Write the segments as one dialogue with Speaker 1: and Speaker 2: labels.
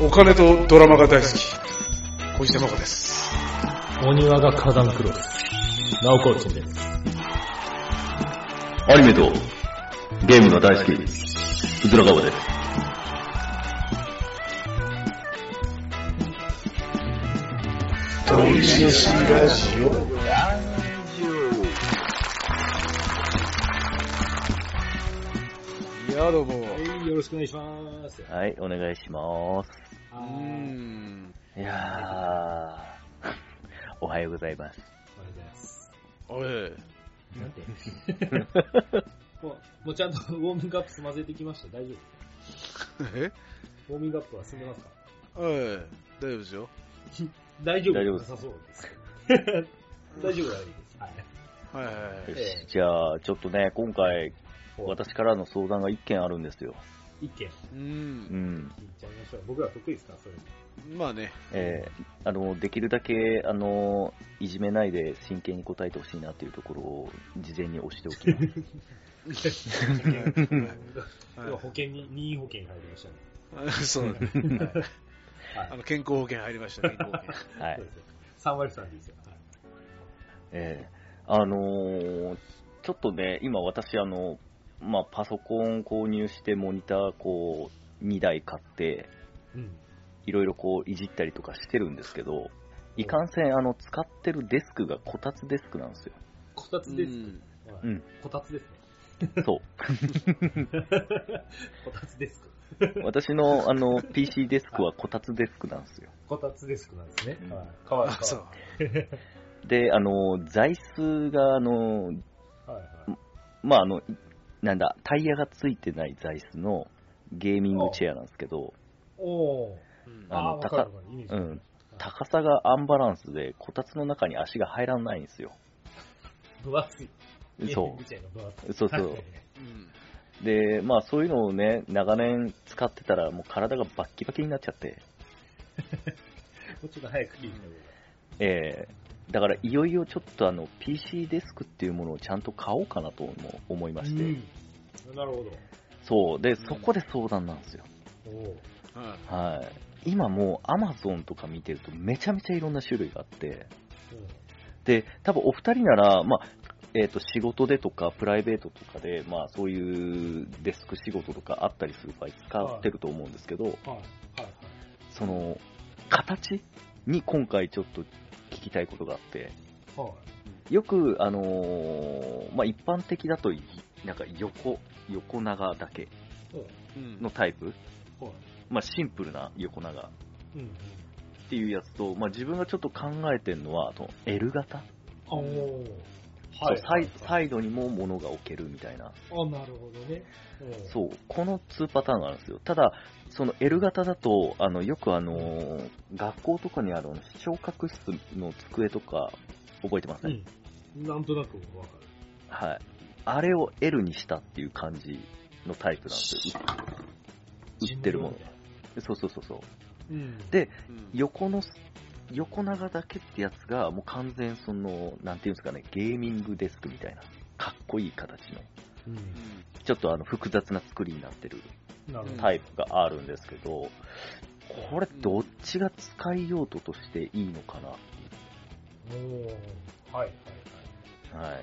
Speaker 1: お金とドラマが大好き。小石真子です。
Speaker 2: お庭が火山黒です。なおこっちんです。
Speaker 3: アニメとゲームが大好き、うずらがわです。
Speaker 1: いや、どうも。
Speaker 2: はい、よろしくお願いします。
Speaker 3: はい、お願いします。
Speaker 1: うー
Speaker 2: あ
Speaker 1: ん。
Speaker 3: いやー、おはようございます。
Speaker 2: りがとうございます。
Speaker 1: おい。
Speaker 2: なんてもう、もうちゃんとウォーミングアップ済ませてきました。大丈夫です
Speaker 1: え
Speaker 2: ウォーミングアップは済んでますか
Speaker 1: おい。大丈夫ですよ。
Speaker 2: 大丈夫
Speaker 3: 大丈夫
Speaker 2: な
Speaker 3: です
Speaker 2: さそうです。大丈夫だよ。はい。
Speaker 1: はいはいはい。
Speaker 3: よ
Speaker 2: え
Speaker 3: し、じゃあ、ちょっとね、今回、
Speaker 2: お
Speaker 3: 私からの相談が一件あるんですよ。
Speaker 2: 一件
Speaker 1: う。
Speaker 3: うんん。
Speaker 2: 聞いちゃいましょう。僕ら得意ですかそれも。
Speaker 1: まあね。
Speaker 3: えー、あの、できるだけ、あの、いじめないで真剣に答えてほしいなというところを事前に押しておきます。
Speaker 1: はい
Speaker 2: 今保険に、任意保険入りましたね。
Speaker 1: あ そうだね。はい
Speaker 2: はい
Speaker 1: あの、健康保険入りました、健康保険。
Speaker 3: は
Speaker 2: そう
Speaker 3: い
Speaker 2: で。すよ。3割負担でいいですよ。はい
Speaker 3: えー、あのーちょっとね、今私、あの、まあ、パソコン購入して、モニター、こう、2台買って、
Speaker 2: うん。
Speaker 3: いろいろこう、いじったりとかしてるんですけど、いかんせん、あの、使ってるデスクがこたつデスクなん ですよ。
Speaker 2: こたつ
Speaker 1: う
Speaker 2: です。
Speaker 1: ん
Speaker 2: はい
Speaker 3: うん
Speaker 2: こたつですね。
Speaker 3: そう。
Speaker 2: こたつデスク。
Speaker 3: 私の、あの、PC デスクはこたつデスクなんですよ。
Speaker 2: こたつデスクなんですね。
Speaker 3: うん
Speaker 2: はいかわいい
Speaker 1: あ、。そう。
Speaker 3: で、あの、座椅子が、あの、
Speaker 2: かわいいはいはい。
Speaker 3: まあ、あの、なんだ、タイヤがついてない座椅子のゲーミングチェアなんですけど、
Speaker 2: おー。
Speaker 1: うん
Speaker 3: あの
Speaker 2: あー、わかるわかる。イメージ
Speaker 3: う
Speaker 2: わか
Speaker 3: ん
Speaker 2: る。
Speaker 3: 高さがアンバランスで、こたつの中に足が入らないんですよ。
Speaker 2: 分厚い。
Speaker 3: そ
Speaker 2: みたいな分厚
Speaker 3: う。そう
Speaker 2: い。
Speaker 3: そ。
Speaker 2: はいう
Speaker 1: うん
Speaker 3: で、まあそういうのをね、長年使ってたら、もう体がバッキバキになっちゃって、
Speaker 2: もうちょっと早く聞いてみよ
Speaker 3: えー、だからいよいよちょっとあの、PC デスクっていうものをちゃんと買おうかなとも思いまして、
Speaker 2: うなるほど。
Speaker 3: そう。で、そこで相談なんですよ。
Speaker 2: おー
Speaker 1: はい
Speaker 3: はい。今もう Amazon とか見てるとめちゃめちゃいろんな種類があって、
Speaker 2: うん
Speaker 3: で、多分お二人なら、まあ、えっ、と、仕事でとか、プライベートとかで、まあ、そういうデスク仕事とかあったりする場合、使ってると思うんですけど、
Speaker 2: はい。はい。はい
Speaker 3: その、形に今回ちょっと聞きたいことがあって、
Speaker 2: はい。
Speaker 3: よく、あのーまあ、一般的だとい、なんか横、横長だけ
Speaker 2: うん
Speaker 1: うん
Speaker 3: のタイプ、
Speaker 2: はい。
Speaker 3: まあ、シンプルな横長っ
Speaker 2: うんうん。
Speaker 3: ていうやつと、まあ、自分がちょっと考えてるのは、あと L 型、
Speaker 2: あおー。
Speaker 3: そうサイサ
Speaker 2: い。
Speaker 3: イドにも物が置けるみたいな。
Speaker 2: あ、なるほどね。うん
Speaker 3: そう、この2パターンがあるんですよ。ただ、その L 型だと、あの、よくあのー学校とかにあるあの昇格室の机とか、覚えてます
Speaker 2: う
Speaker 3: ね、
Speaker 2: ん。なんとなくわかる。
Speaker 3: はい。あれを L にしたっていう感じのタイプなんですよ。売ってるもの。そうそうそうそう。
Speaker 2: うん。
Speaker 3: で
Speaker 1: うん
Speaker 3: 横の、横長だけってやつが、もう完全その、なんていうんですかね、ゲーミングデスクみたいな、かっこいい形の、
Speaker 2: うん
Speaker 3: ちょっとあの、複雑な作りになってる
Speaker 2: なるほど。
Speaker 3: タイプがあるんですけど、これどっちが使い用途としていいのか
Speaker 2: おーはいはいはい。
Speaker 3: な、はい、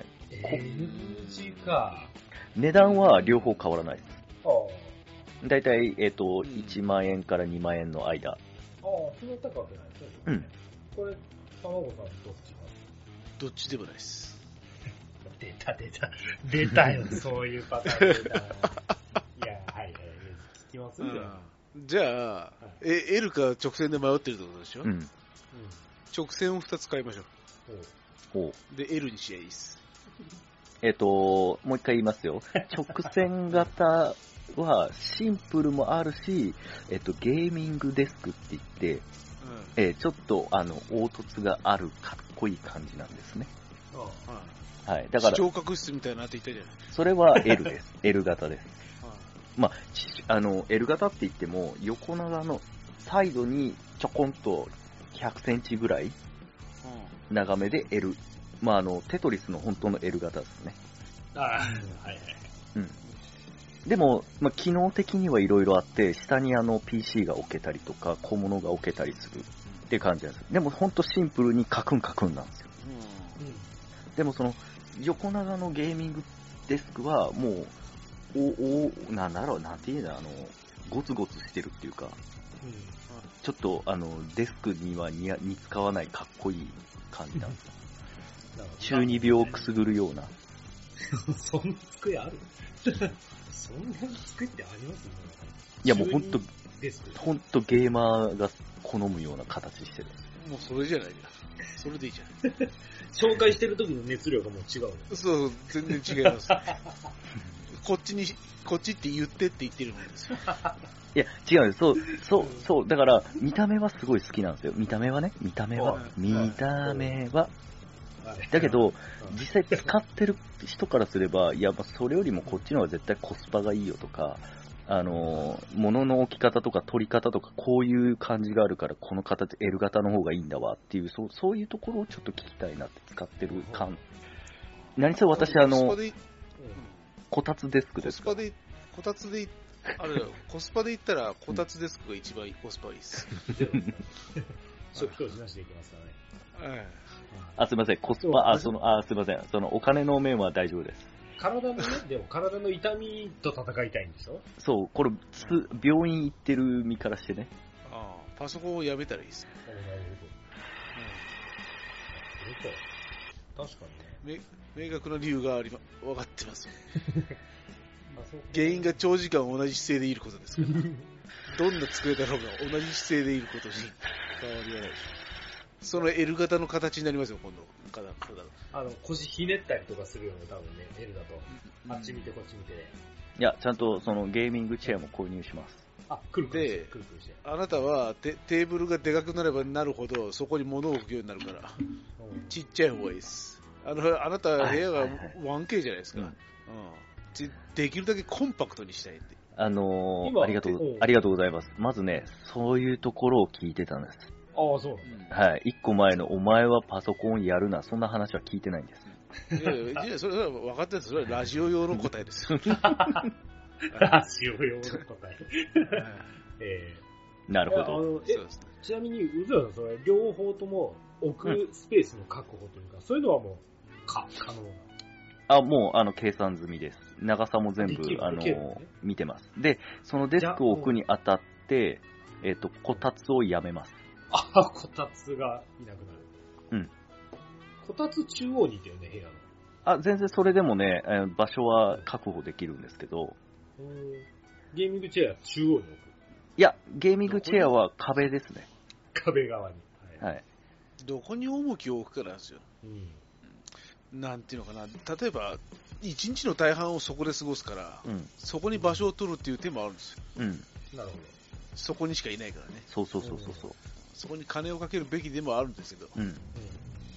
Speaker 2: L 字か。
Speaker 3: 値段は両方変わらないです。
Speaker 2: ああ。
Speaker 3: だいたい、えっ、と、
Speaker 1: ん
Speaker 3: 1万円から2万円の間。
Speaker 2: ああ、そんな高くないですね。
Speaker 3: うん。
Speaker 2: これ、卵さんどっちが
Speaker 1: どっちでもないです。
Speaker 2: 出た出た。出た よ、そういうパターン出たよ。いや、はいはい。聞きます
Speaker 1: う
Speaker 2: よ。うん
Speaker 1: んじゃあ、え、L か直線で迷ってるってことでしょ
Speaker 3: うん。
Speaker 1: 直線を2つ買いましょ
Speaker 2: そう
Speaker 3: おう
Speaker 1: う。で、L にしりゃいいです。
Speaker 3: えっ、と、もう一回言いますよ。直線型はシンプルもあるし、えっ、と、ゲーミングデスクって言って、
Speaker 1: う
Speaker 3: えーちょっと、あの、凹凸があるかっこいい感じなんですね。
Speaker 2: あ
Speaker 1: ん。はい。
Speaker 3: はい。だから、
Speaker 1: 聴覚室みたいになっていったじゃない。
Speaker 3: それは L です。L 型です。
Speaker 1: はい
Speaker 3: まあ、ちあの、L 型って言っても、横長のサイドにちょこんと100センチぐらい長めで L。まあ、あの、テトリスの本当の L 型ですね。
Speaker 2: あ、はいはい。
Speaker 3: うん。でも、まあ、機能的にはいろいろあって、下にあの PC が置けたりとか、小物が置けたりするっていう感じなんです。でもほんとシンプルにカクンカクンなんですよ。
Speaker 2: うん。
Speaker 3: でもその、横長のゲーミングデスクは、もう、お、お、なんだろう、なんていうんだ、あの、ゴツゴツしてるっていうか、ちょっと、あの、デスクには似合似つかわないかっこいい感じなんですよ。中二病をくすぐるような。
Speaker 2: そんな机ある そんな机ってあります
Speaker 3: いやもうほんと
Speaker 2: 中、ですけど。
Speaker 3: ほんとゲーマーが好むような形してる。
Speaker 1: もうそれじゃないか。それでいいじゃない。
Speaker 2: 紹介してる時の熱量がもう違う。
Speaker 1: そうそう、全然違い ます。こっちに、こっちって言ってって言ってるんですよ。
Speaker 3: いや、違うんです。そう、そう、そう。だから、見た目はすごい好きなんですよ。見た目はね。見た目は。
Speaker 1: うん
Speaker 3: 見た目は。
Speaker 2: はい
Speaker 3: だけ、ど、実際使ってる人からすれば、いや、まあそれよりもこっちの方が絶対コスパがいいよとか、あのー、物の置き方とか取り方とか、こういう感じがあるから、この形 L 型の方がいいんだわっていう、そうそういうところをちょっと聞きたいなって使ってる感。何せ私、あ
Speaker 1: コスパ
Speaker 3: の、
Speaker 1: で、
Speaker 3: こたつデスクで
Speaker 1: コ
Speaker 3: す
Speaker 1: ス
Speaker 3: か
Speaker 1: パで、こたつで、あれだよ、コスパで言ったら、こたつデスクが一番コスパいいです。
Speaker 2: 初期投資なしでいきますからね。
Speaker 1: え
Speaker 3: あ、すいません、コスパ、あ、その、あ、すいません、その、お金の面は大丈夫です。
Speaker 2: 体のね、でも体の痛みと戦いたいんでしょ
Speaker 3: そう、これ、つ病院行ってる身からしてね。
Speaker 1: えああパソコンをやめたらいいです。
Speaker 2: 体のことそうか確かにね。
Speaker 1: め明確な理由がありま、分かってます。
Speaker 2: まあそうか
Speaker 1: 原因が長時間同じ姿勢でいることですから。どんな机だろうが同じ姿勢でいることに変わりはないでしょ。その L 型の形になりますよ、今度。体体が
Speaker 2: あの、腰ひねったりとかするよね、多分ね、L だと。あっち見てこっち見てね。
Speaker 3: いや、ちゃんと、その、ゲーミングチェアも購入します。
Speaker 2: あ、くるくるして
Speaker 1: で
Speaker 2: くるくるして。
Speaker 1: あなたはテテーブルがでかくなればなるほど、そこに物を置くようになるから、
Speaker 2: うん
Speaker 1: ちっちゃい方がいいです。あの、あなたは部屋が
Speaker 3: はいはいはい
Speaker 1: 1K じゃないですか。
Speaker 3: うん
Speaker 1: うんちできるだけコンパクトにしたいんで。
Speaker 3: あのー、
Speaker 2: 今
Speaker 3: ありがと
Speaker 2: お
Speaker 3: う
Speaker 2: う、
Speaker 3: ありがとうございます。まずね、そういうところを聞いてたんです。
Speaker 2: ああ、そう。
Speaker 3: はい。一個前の、お前はパソコンやるな、そんな話は聞いてないんです。
Speaker 1: いやいやいやそれは分かってるんです。それはラジオ用の答えです よ。
Speaker 2: ラジオ用の答え。え
Speaker 3: な
Speaker 2: え
Speaker 3: るほど。
Speaker 2: ど
Speaker 1: そうですね。
Speaker 2: ちなみに、うずらさん、それ、両方とも置くスペースの確保というか、そういうのはもう、か、可能な。
Speaker 3: あ、もう、あの、計算済みです。長さも全部
Speaker 2: でき、る
Speaker 3: あの
Speaker 2: できるの
Speaker 3: ー
Speaker 2: ね、
Speaker 3: 見てます。で、そのデスクを置くにあたって、えっと、こたつをやめます。
Speaker 2: あ、こたつがいなくなる。
Speaker 3: うん。
Speaker 2: こたつ中央にいたよね、部屋の。
Speaker 3: あ、全然それでもね、えー場所は確保できるんですけど、
Speaker 2: ゲーミングチェア中央に置く。
Speaker 3: いや、ゲーミングチェアは壁ですね。
Speaker 2: 壁側に。はい。
Speaker 3: はい。
Speaker 1: どこに重きを置くかなんですよ。
Speaker 2: うん。
Speaker 1: なんていうのかな。例えば、一日の大半をそこで過ごすから、
Speaker 3: うん。
Speaker 1: そこに場所を取るっていう手もあるんですよ。
Speaker 3: うん。
Speaker 2: なるほど。
Speaker 1: そこにしかいないからね。
Speaker 3: そうそうそうそうそう。
Speaker 1: そこに金をかけるべきでもあるんですけど、
Speaker 3: うん。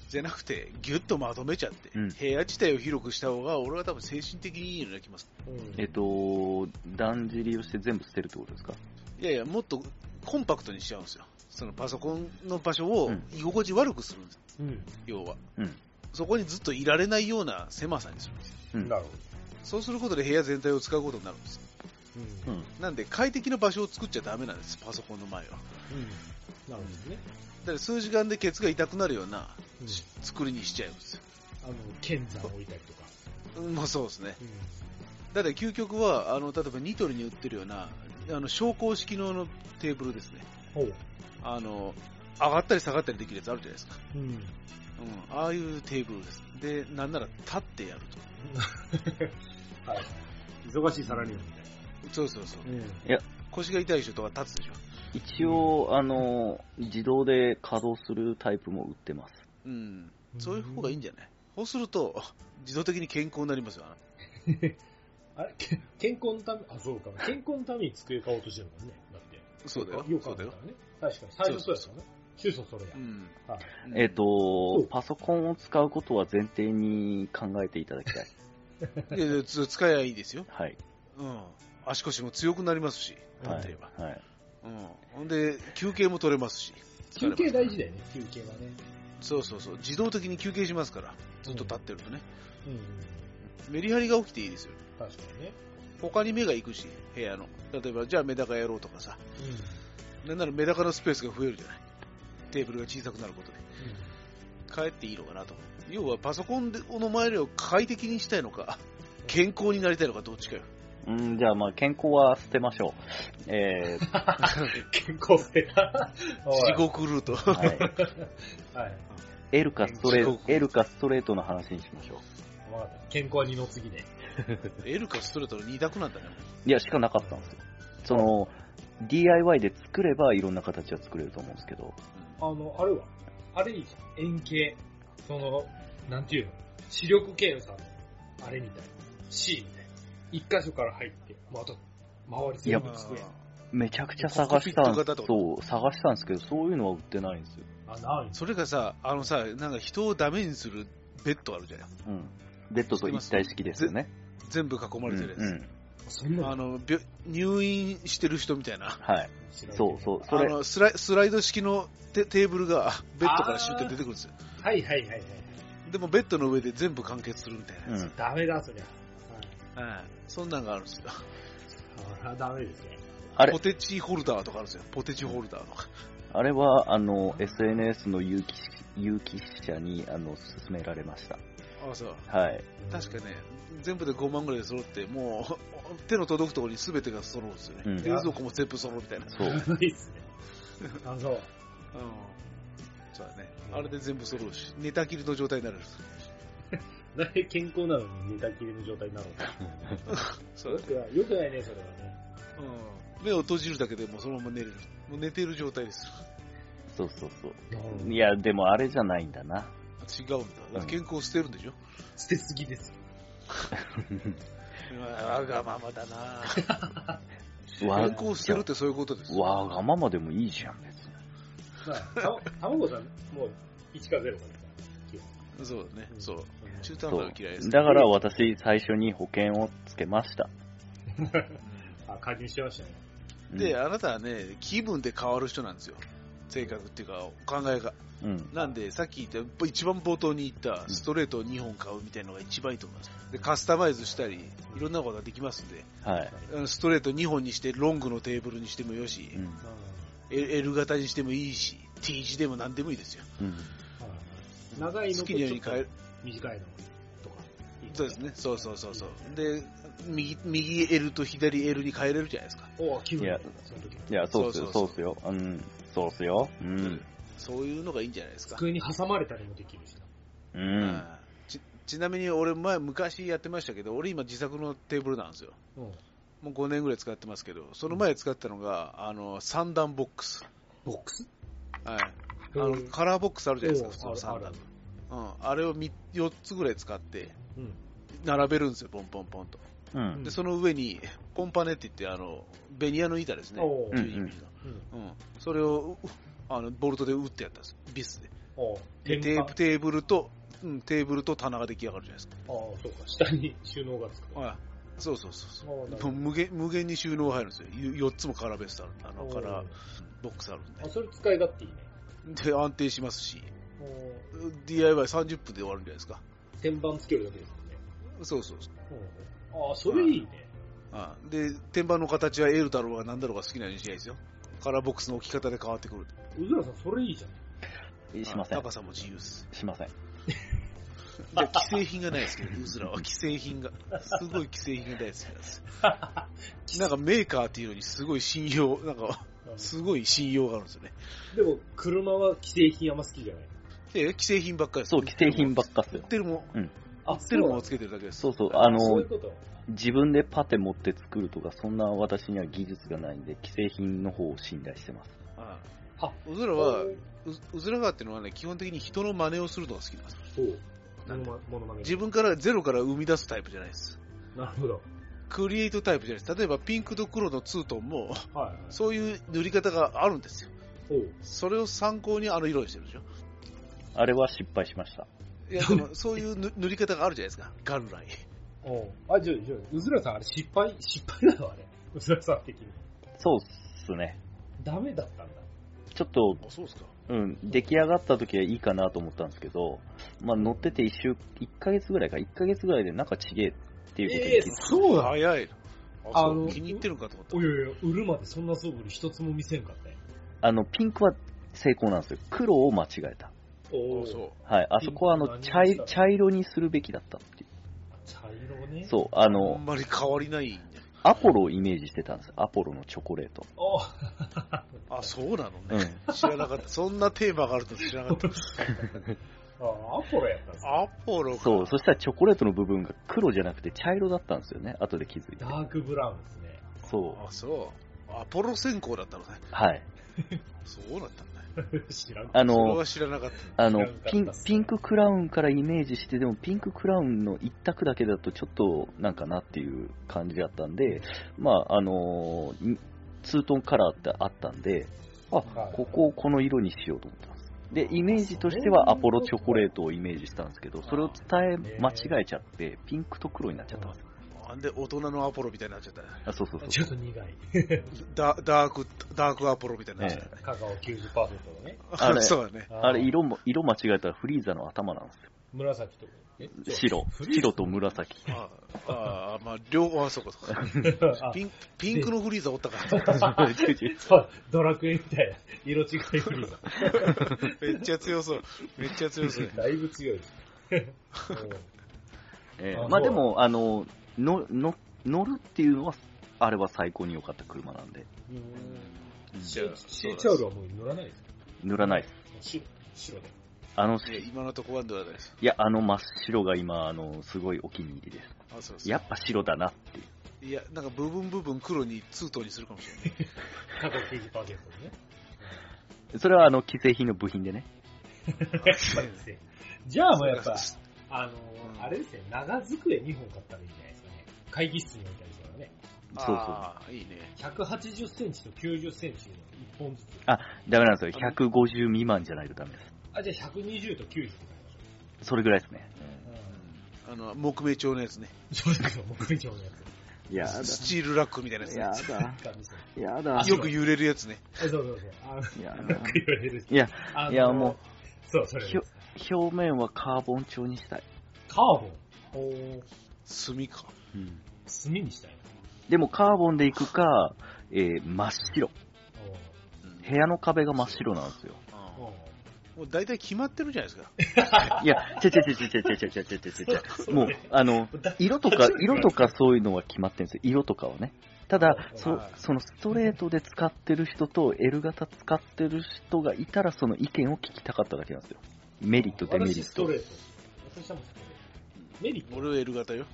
Speaker 1: じゃなくて、ぎゅっとまとめちゃって、
Speaker 3: うん
Speaker 1: 部屋自体を広くした方が、俺は多分精神的にいいような気ます。
Speaker 2: うん。うん
Speaker 3: えっと、だんじりをして全部捨てるってことですか
Speaker 1: いやいや、もっとコンパクトにしちゃうんですよ。そのパソコンの場所を
Speaker 3: うん
Speaker 1: 居心地悪くするんです、
Speaker 2: うん。
Speaker 1: 要は。
Speaker 3: うん
Speaker 1: そこにずっといられないような狭さにするんです。
Speaker 3: うん
Speaker 2: なるほ
Speaker 1: そうすることで部屋全体を使うことになるんです。
Speaker 2: ど。うん。
Speaker 3: ん。
Speaker 1: なんで快適な場所を作っちゃダメなんです、パソコンの前は。だ
Speaker 2: なるほどね。
Speaker 1: から数時間でケツが痛くなるような
Speaker 2: うん
Speaker 1: 作りにしちゃうんですよ。
Speaker 2: あの、剣山置いたりとか。
Speaker 1: うんまあそうですね。
Speaker 2: うん。
Speaker 1: だって究極は、あの、例えばニトリに売ってるような、あの、昇降式のあのテーブルですね。
Speaker 2: ほう。
Speaker 1: あの、上がったり下がったりできるやつあるじゃないですか。
Speaker 2: うん。
Speaker 1: うん、ああいうテーブルです。で、なんなら立ってやると。
Speaker 2: はい。忙しいサラリーマンみたい
Speaker 1: そうそうそう。
Speaker 2: な。
Speaker 1: 腰が痛い人とか立つでしょ。
Speaker 3: 一応、あの、自動で稼働するタイプも売ってます。
Speaker 1: うん。そういう方がいいんじゃないそうすると、 自動的に健康になりますよ。あ
Speaker 2: あれけ健康のため、あ、そうか。健康のために机買おうとしてるもんね。だって。
Speaker 1: のそうだよ。
Speaker 2: よく
Speaker 1: そ
Speaker 2: あ
Speaker 1: うだ
Speaker 2: る
Speaker 1: よ
Speaker 2: か。らね。確かに。最初そうやったもんね。中祖それや
Speaker 1: う。ん。
Speaker 2: はい
Speaker 1: うん
Speaker 3: えっ、と
Speaker 2: う、
Speaker 3: パソコンを使うことは前提に考えていただきたい。
Speaker 1: いやいやつ使えばいいですよ。
Speaker 3: はい。
Speaker 1: うん。足腰も強くなりますし、
Speaker 3: はい
Speaker 1: 例えば。
Speaker 3: はい。
Speaker 1: うん。ほんで、休憩も取れますし。
Speaker 2: 休憩大事だよね、休憩はね。
Speaker 1: そうそうそう。自動的に休憩しますから。ずっと立ってるとね。
Speaker 2: うん。
Speaker 1: メリハリが起きていいですよ。
Speaker 2: 確かにね。
Speaker 1: 他に目が行くし、部屋の。例えば、じゃあメダカやろうとかさ。なんならメダカのスペースが増えるじゃない。テーブルが小さくなることで。帰っていいのかなと思う。要はパソコンでの前を快適にしたいのか、健康になりたいのかどっちかよ。
Speaker 3: うん、じゃあまあ健康は捨てましょう。えー、
Speaker 2: 健康捨てた。
Speaker 1: 地獄ルート。
Speaker 3: はい。
Speaker 2: はい。
Speaker 3: エルカストレ
Speaker 1: 地
Speaker 3: ート、
Speaker 1: 獄
Speaker 3: エルカストレートの話にしましょう。
Speaker 2: わかった。健康二の次で。
Speaker 1: エルかストレートの2択なんだね。
Speaker 3: いや、しかなかったんですよ。その、DIY で作ればいろんな形は作れると思うんですけど、
Speaker 2: あの、あれは、あれいいじゃん円形。その、なんていうの視力検査の、あれみたいな。C みたいな。一箇所から入って、また、周り全部作れ。
Speaker 3: めちゃくちゃ探したん
Speaker 1: コックピット型って
Speaker 3: そう、探したんですけど、そういうのは売ってないんですよ。
Speaker 2: あ、ない
Speaker 1: それがさ、あのさ、なんか人をダメにするベッドあるじゃん。
Speaker 3: うん。ベッドと一体式ですよね。
Speaker 1: 全部囲まれてるやつ。
Speaker 3: うんうん
Speaker 2: そんなの
Speaker 1: あの病入院してる人みたいな。
Speaker 3: はい。
Speaker 2: 知らんけど
Speaker 3: そうそう、そ
Speaker 1: あ
Speaker 3: れ、
Speaker 1: のスライスライド式のテテーブルがベッドからシュッて出てくるんですよ。
Speaker 2: はいはいはいはい。
Speaker 1: でもベッドの上で全部完結するみたいな
Speaker 3: う
Speaker 1: やつ。
Speaker 3: ん。
Speaker 2: ダメだ、そりゃ。
Speaker 1: はいそんなんがあるんですよ。
Speaker 2: はい。そりゃダメですね。
Speaker 3: あれ
Speaker 1: ポ、テチホルダーとかあるんですよ。ポテチホルダーとか。
Speaker 3: あれは、あの、SNS の有機し、有機者に、あの、勧められました。
Speaker 1: あそう
Speaker 3: はい。
Speaker 1: 確かね、全部で5万ぐらい揃って、もう手の届くところに全てが揃うんですよね。
Speaker 3: うん
Speaker 1: 冷蔵庫も全部揃うみたいな。
Speaker 3: そ う。
Speaker 2: ないっすね。あ、そう。
Speaker 1: うんそうだね。あれで全部揃うし、寝たきりの状態になる。
Speaker 2: なんで健康なのに寝たきりの状態になる
Speaker 1: そ
Speaker 2: の
Speaker 1: う
Speaker 2: よ
Speaker 1: だね
Speaker 2: くない、よくないね、それはね。
Speaker 1: うん目を閉じるだけでもうそのまま寝れる。もう寝てる状態です。
Speaker 3: そうそうそう。
Speaker 2: なるほ
Speaker 3: いや、でもあれじゃないんだ な。
Speaker 1: 違うんだ。だから健康を捨てるんでしょ、
Speaker 2: 捨てすぎです。
Speaker 1: うわわがままだ な
Speaker 3: わ
Speaker 1: 健康を捨てるってそういうことです。
Speaker 3: わがままでもいいじゃん、別に。
Speaker 2: まあ、た 卵さん、もう1か0かですから基本
Speaker 1: そうだね。そう。
Speaker 2: うん
Speaker 1: 中途半端
Speaker 3: そ
Speaker 1: は嫌いです。
Speaker 3: う。だから私、最初に保険をつけました。
Speaker 2: あ、加入してましたね。
Speaker 3: うん
Speaker 1: で、、あなたはね、気分で変わる人なんですよ。性格っていうか、考えが。
Speaker 3: うん。
Speaker 1: なんで、さっき言った、一番冒頭に言った、ストレートを2本買うみたいなのが一番いいと思います。で、カスタマイズしたり、いろんなことができますんで、
Speaker 3: はい。
Speaker 1: あのストレート2本にして、ロングのテーブルにしてもよし
Speaker 3: う、ん。
Speaker 1: L L 型にしてもいいし、T 字でも何でもいいですよ。
Speaker 3: うん。
Speaker 2: うん長いの
Speaker 1: 好
Speaker 2: と
Speaker 1: きなように
Speaker 2: ちょ
Speaker 1: 変え
Speaker 2: っ
Speaker 1: る。
Speaker 2: と短いのとか。
Speaker 1: そうですね。そうそうそうそう。で、右、右 L と左 L に変えれるじゃないですか。
Speaker 2: おお、気分
Speaker 3: いや
Speaker 2: その時の
Speaker 3: いや、そうっすよ、
Speaker 1: そ
Speaker 3: そうう
Speaker 1: そう
Speaker 3: っすよ。うん。そうっすよ。うん。
Speaker 1: そういうのがいいんじゃないですか。
Speaker 2: 机に挟まれたりもできるしな。
Speaker 3: う。
Speaker 1: うんちちなみに俺前昔やってましたけど、俺今自作のテーブルなんですよ。
Speaker 2: うん。
Speaker 1: もう5年ぐらい使ってますけど、その前使ってたのが、あの、三段ボックス。
Speaker 2: ボックス
Speaker 1: はい。あの、カラーボックスあるじゃないですか、
Speaker 2: うん
Speaker 1: 普通の
Speaker 2: あ
Speaker 1: 三
Speaker 2: るあ
Speaker 1: 段
Speaker 2: る。
Speaker 1: うん。あれをみ4つぐらい使って、
Speaker 2: うん。
Speaker 1: 並べるんですよ、ポンポンポンと。
Speaker 3: うん。
Speaker 1: で、その上に、ポンパネって言って、あの、ベニヤの板ですね。
Speaker 2: おー
Speaker 1: 12ミリの。
Speaker 2: うん。
Speaker 1: うん、それをうあのボルトで打ってやったんです、ビスで。
Speaker 2: おー
Speaker 1: でテ
Speaker 2: 天
Speaker 1: ー
Speaker 2: 板
Speaker 1: ブテーブルと、うん、テーブルと棚が出来上がるじゃないですか。
Speaker 2: ああ、そうか。下に収納がつく。
Speaker 1: はい、そうそうそうそう。
Speaker 2: おーなるほ
Speaker 1: もう
Speaker 2: ど
Speaker 1: 無限無限に収納入るんですよ。4つもカラーベースある、あの
Speaker 2: おー
Speaker 1: カラーボックスあるん
Speaker 2: あ、それ使い勝手いいね。
Speaker 1: で。で、安定しますし、
Speaker 2: おー
Speaker 1: DIY30 分で終わるんじゃないですか。
Speaker 2: 天板つけるだけです
Speaker 1: そうそうそう。
Speaker 2: もんね。ああ、それいいね。
Speaker 1: あで、天板の形は L だろうが何だろうが好きなようにしないですよ。カラーボックスの置き方で変わってくる。
Speaker 2: うずらさん、それいいじゃん。
Speaker 3: しませ
Speaker 1: あ
Speaker 3: ん。
Speaker 1: 高さも自由です。
Speaker 3: しません。
Speaker 1: で既製品がないですけど、うずらは既製品が。すごい既製品が大好きなんです。 なんかメーカーっていうのにすごい信用、なんか、すごい信用があるんですよね。
Speaker 2: でも、車は既製品あんま好きじゃない。
Speaker 1: で、既製品ばっかりです。
Speaker 3: そう、既製品ばっかっす
Speaker 1: 売っ
Speaker 3: よ。
Speaker 1: てるも
Speaker 2: あ、
Speaker 1: ん、売ってるもんをつけてるだけです。
Speaker 3: そうそう、あ
Speaker 2: そうい
Speaker 3: の
Speaker 2: う、こと。
Speaker 3: 自分でパテ持って作るとか、そんな私には技術がないんで、既製品の方を信頼してます。
Speaker 1: あ
Speaker 2: あ
Speaker 1: うずらは、ううずら川っていうのはね、基本的に人の真似をするのが好きなんです。
Speaker 2: そう。
Speaker 1: な
Speaker 2: モ
Speaker 1: んで
Speaker 2: ノマモノマネ。
Speaker 1: 自分からゼロから生み出すタイプじゃないです。
Speaker 2: なるほど。
Speaker 1: クリエイトタイプじゃないです。例えばピンクと黒のツートンも、
Speaker 2: はいはい。
Speaker 1: そういう塗り方があるんですよ。
Speaker 2: おう
Speaker 1: それを参考にあの色にしてるでしょ。
Speaker 3: あれは失敗しました。
Speaker 1: いや、でもそういうぬ塗り方があるじゃないですか、元来。
Speaker 2: おうあ、じゃあ、じゃあ、うずらさん、あれ失敗、 失敗だわ、あれ。うずらさん的に。
Speaker 3: そうっすね。
Speaker 2: ダメだったんだ。
Speaker 3: ちょっと、
Speaker 1: あ、そうですか。
Speaker 3: うん、出来上がった時はいいかなと思ったんですけど、まあ、乗ってて一週、一ヶ月ぐらいか、一ヶ月ぐらいでなんかちげえっていうことに
Speaker 2: ええ、そうだ。
Speaker 1: 早い。あそう
Speaker 2: あの
Speaker 1: 気に入ってるんかと思った
Speaker 2: おいおいおい、売るまでそんな素振り一つも見せんかったよ。
Speaker 3: あの、ピンクは成功なんですよ。黒を間違えた。
Speaker 2: お
Speaker 1: あ
Speaker 2: ー
Speaker 1: そ
Speaker 3: はい。あそこは、あの、
Speaker 2: ピンク
Speaker 3: 茶
Speaker 2: 何
Speaker 3: い茶色にするべきだったってい
Speaker 2: 茶色ね。
Speaker 3: う。
Speaker 2: う。
Speaker 3: そう。あ
Speaker 1: う。あ
Speaker 3: の
Speaker 1: ん、まり変わりないんだよ
Speaker 3: アポロをイメージしてたんですよ。アポロのチョコレート。
Speaker 1: あ、そうなの
Speaker 3: うん
Speaker 1: ね。。知らなかった。そんなテーマがあると知らなかった。
Speaker 2: ああ、アポロやったんですね
Speaker 1: アポロか。
Speaker 3: そう。そしたらチョコレートの部分が黒じゃなくて茶色だったんですよね。後で気づいて
Speaker 2: ダ。ークブラウンですね。
Speaker 3: そう。
Speaker 1: あ、そう。アポロ先行だったのね。
Speaker 3: はい。
Speaker 1: そうだったんだね。
Speaker 2: 知らん
Speaker 3: あ
Speaker 1: それ
Speaker 3: の
Speaker 1: は、知らなかった。
Speaker 3: あの
Speaker 2: 知らんかったっす
Speaker 3: ピン
Speaker 2: ね、
Speaker 3: ピンククラウンからイメージして、でもピンククラウンの一択だけだとちょっとなんかなっていう感じだったんで、まあ、あのー、にツートンカラーってあったんで、あ、
Speaker 2: はい
Speaker 3: ここをこの色にしようと思ったんです。で、イメージとしてはアポロチョコレートをイメージしたんですけど、それを伝え、間違えちゃって、ピンクと黒になっちゃったんですよ。
Speaker 1: あんで、大人のアポロみたいになっちゃったね。
Speaker 3: あ、そうそう
Speaker 2: ち
Speaker 3: そ
Speaker 2: ょ
Speaker 3: う
Speaker 2: っ。と苦い。
Speaker 1: ダダーク、ダークアポロみたいになっちゃったね。
Speaker 2: カカオ90%のね。
Speaker 3: あれ
Speaker 1: そうだね。
Speaker 3: あれ、色も、色間違えたらフリーザの頭なんですよ。
Speaker 2: 紫と。え
Speaker 3: 白。白と。紫。
Speaker 1: ああ、まあ、両方、あ、そうか、そうか。
Speaker 2: そう あ
Speaker 1: ピンピンクのフリーザおったから。
Speaker 2: そうドラクエみたいな色違いフリーザ
Speaker 1: めっちゃ強そう。めっちゃ強そう。
Speaker 2: だいぶ強いです。
Speaker 3: え
Speaker 2: あ
Speaker 3: ーま
Speaker 2: そ
Speaker 3: あ
Speaker 2: う
Speaker 3: でも、あの、の、の、乗るっていうのは、あれは最高に良かった車なんで、
Speaker 2: シ
Speaker 1: じゃあ
Speaker 2: ェシェチャウルはもう塗らないです
Speaker 3: 塗らないです。
Speaker 2: 白。白で。
Speaker 3: あ
Speaker 1: い
Speaker 3: の、
Speaker 1: や今のところはどうだです。
Speaker 3: いや、あの真っ白が今、あの、すごいお気に入りです。
Speaker 1: あ、そうそう
Speaker 3: やっぱ白だなっていう。
Speaker 1: いや、なんか部分部分黒にツートンにするかもしれない。
Speaker 2: カカオ90%のね。
Speaker 3: それは、あの、既製品の部品でね。
Speaker 2: じゃあもうやっぱ、あの
Speaker 1: うん
Speaker 2: ー、あれですね、長机2本買ったらいいんじゃないですかね。会議室に置いたりしたらね。
Speaker 3: そうそう。
Speaker 1: ああ、いいね。
Speaker 2: 180センチと90センチの1本ずつ。
Speaker 3: あダメなんですよ。150未満じゃないとダメです。
Speaker 2: あ、じゃあ120と90とかにし
Speaker 3: それぐらいですね。
Speaker 2: ましょ
Speaker 1: うんあの、木目調のやつね。
Speaker 2: う。そうですよ、木以上のや
Speaker 3: いや
Speaker 1: スチールラックみたいなやつね。
Speaker 3: だ。
Speaker 2: つ。感じですね
Speaker 3: やだ
Speaker 1: よく揺れるやつね。
Speaker 2: そうそうそう。あの、
Speaker 3: いや
Speaker 2: な
Speaker 3: だ
Speaker 2: んか言われるし
Speaker 3: いや、
Speaker 2: あの
Speaker 3: いやもう。
Speaker 2: そう、それです。
Speaker 3: 表面はカーボン調にしたい。
Speaker 2: カーボン。ほう、
Speaker 1: 炭か。
Speaker 3: うん。
Speaker 2: 炭にしたいな。
Speaker 3: でも、カーボンでいくか、えー真っ白。
Speaker 2: ほ
Speaker 1: うん
Speaker 3: 部屋の壁が真っ白なんですよ。
Speaker 1: あ
Speaker 2: う
Speaker 1: あ
Speaker 2: ほ
Speaker 1: も
Speaker 2: う
Speaker 1: う大体決まってるじゃないですか。
Speaker 3: いや、ちゃちゃちゃちゃちゃちゃちゃちゃちゃちゃ
Speaker 2: そう
Speaker 3: もう、あの、色とか、色とかそういうのは決まってるんですよ。色とかはね。ただ、そそのストレートで使ってる人と L 型使ってる人がいたら、その意見を聞きたかっただけなんですよ。メリット、デメリ
Speaker 2: 私
Speaker 3: ッ
Speaker 2: スト
Speaker 3: ト
Speaker 2: レ。ート。私はもうストレート。メリット
Speaker 1: 俺は L 型よ。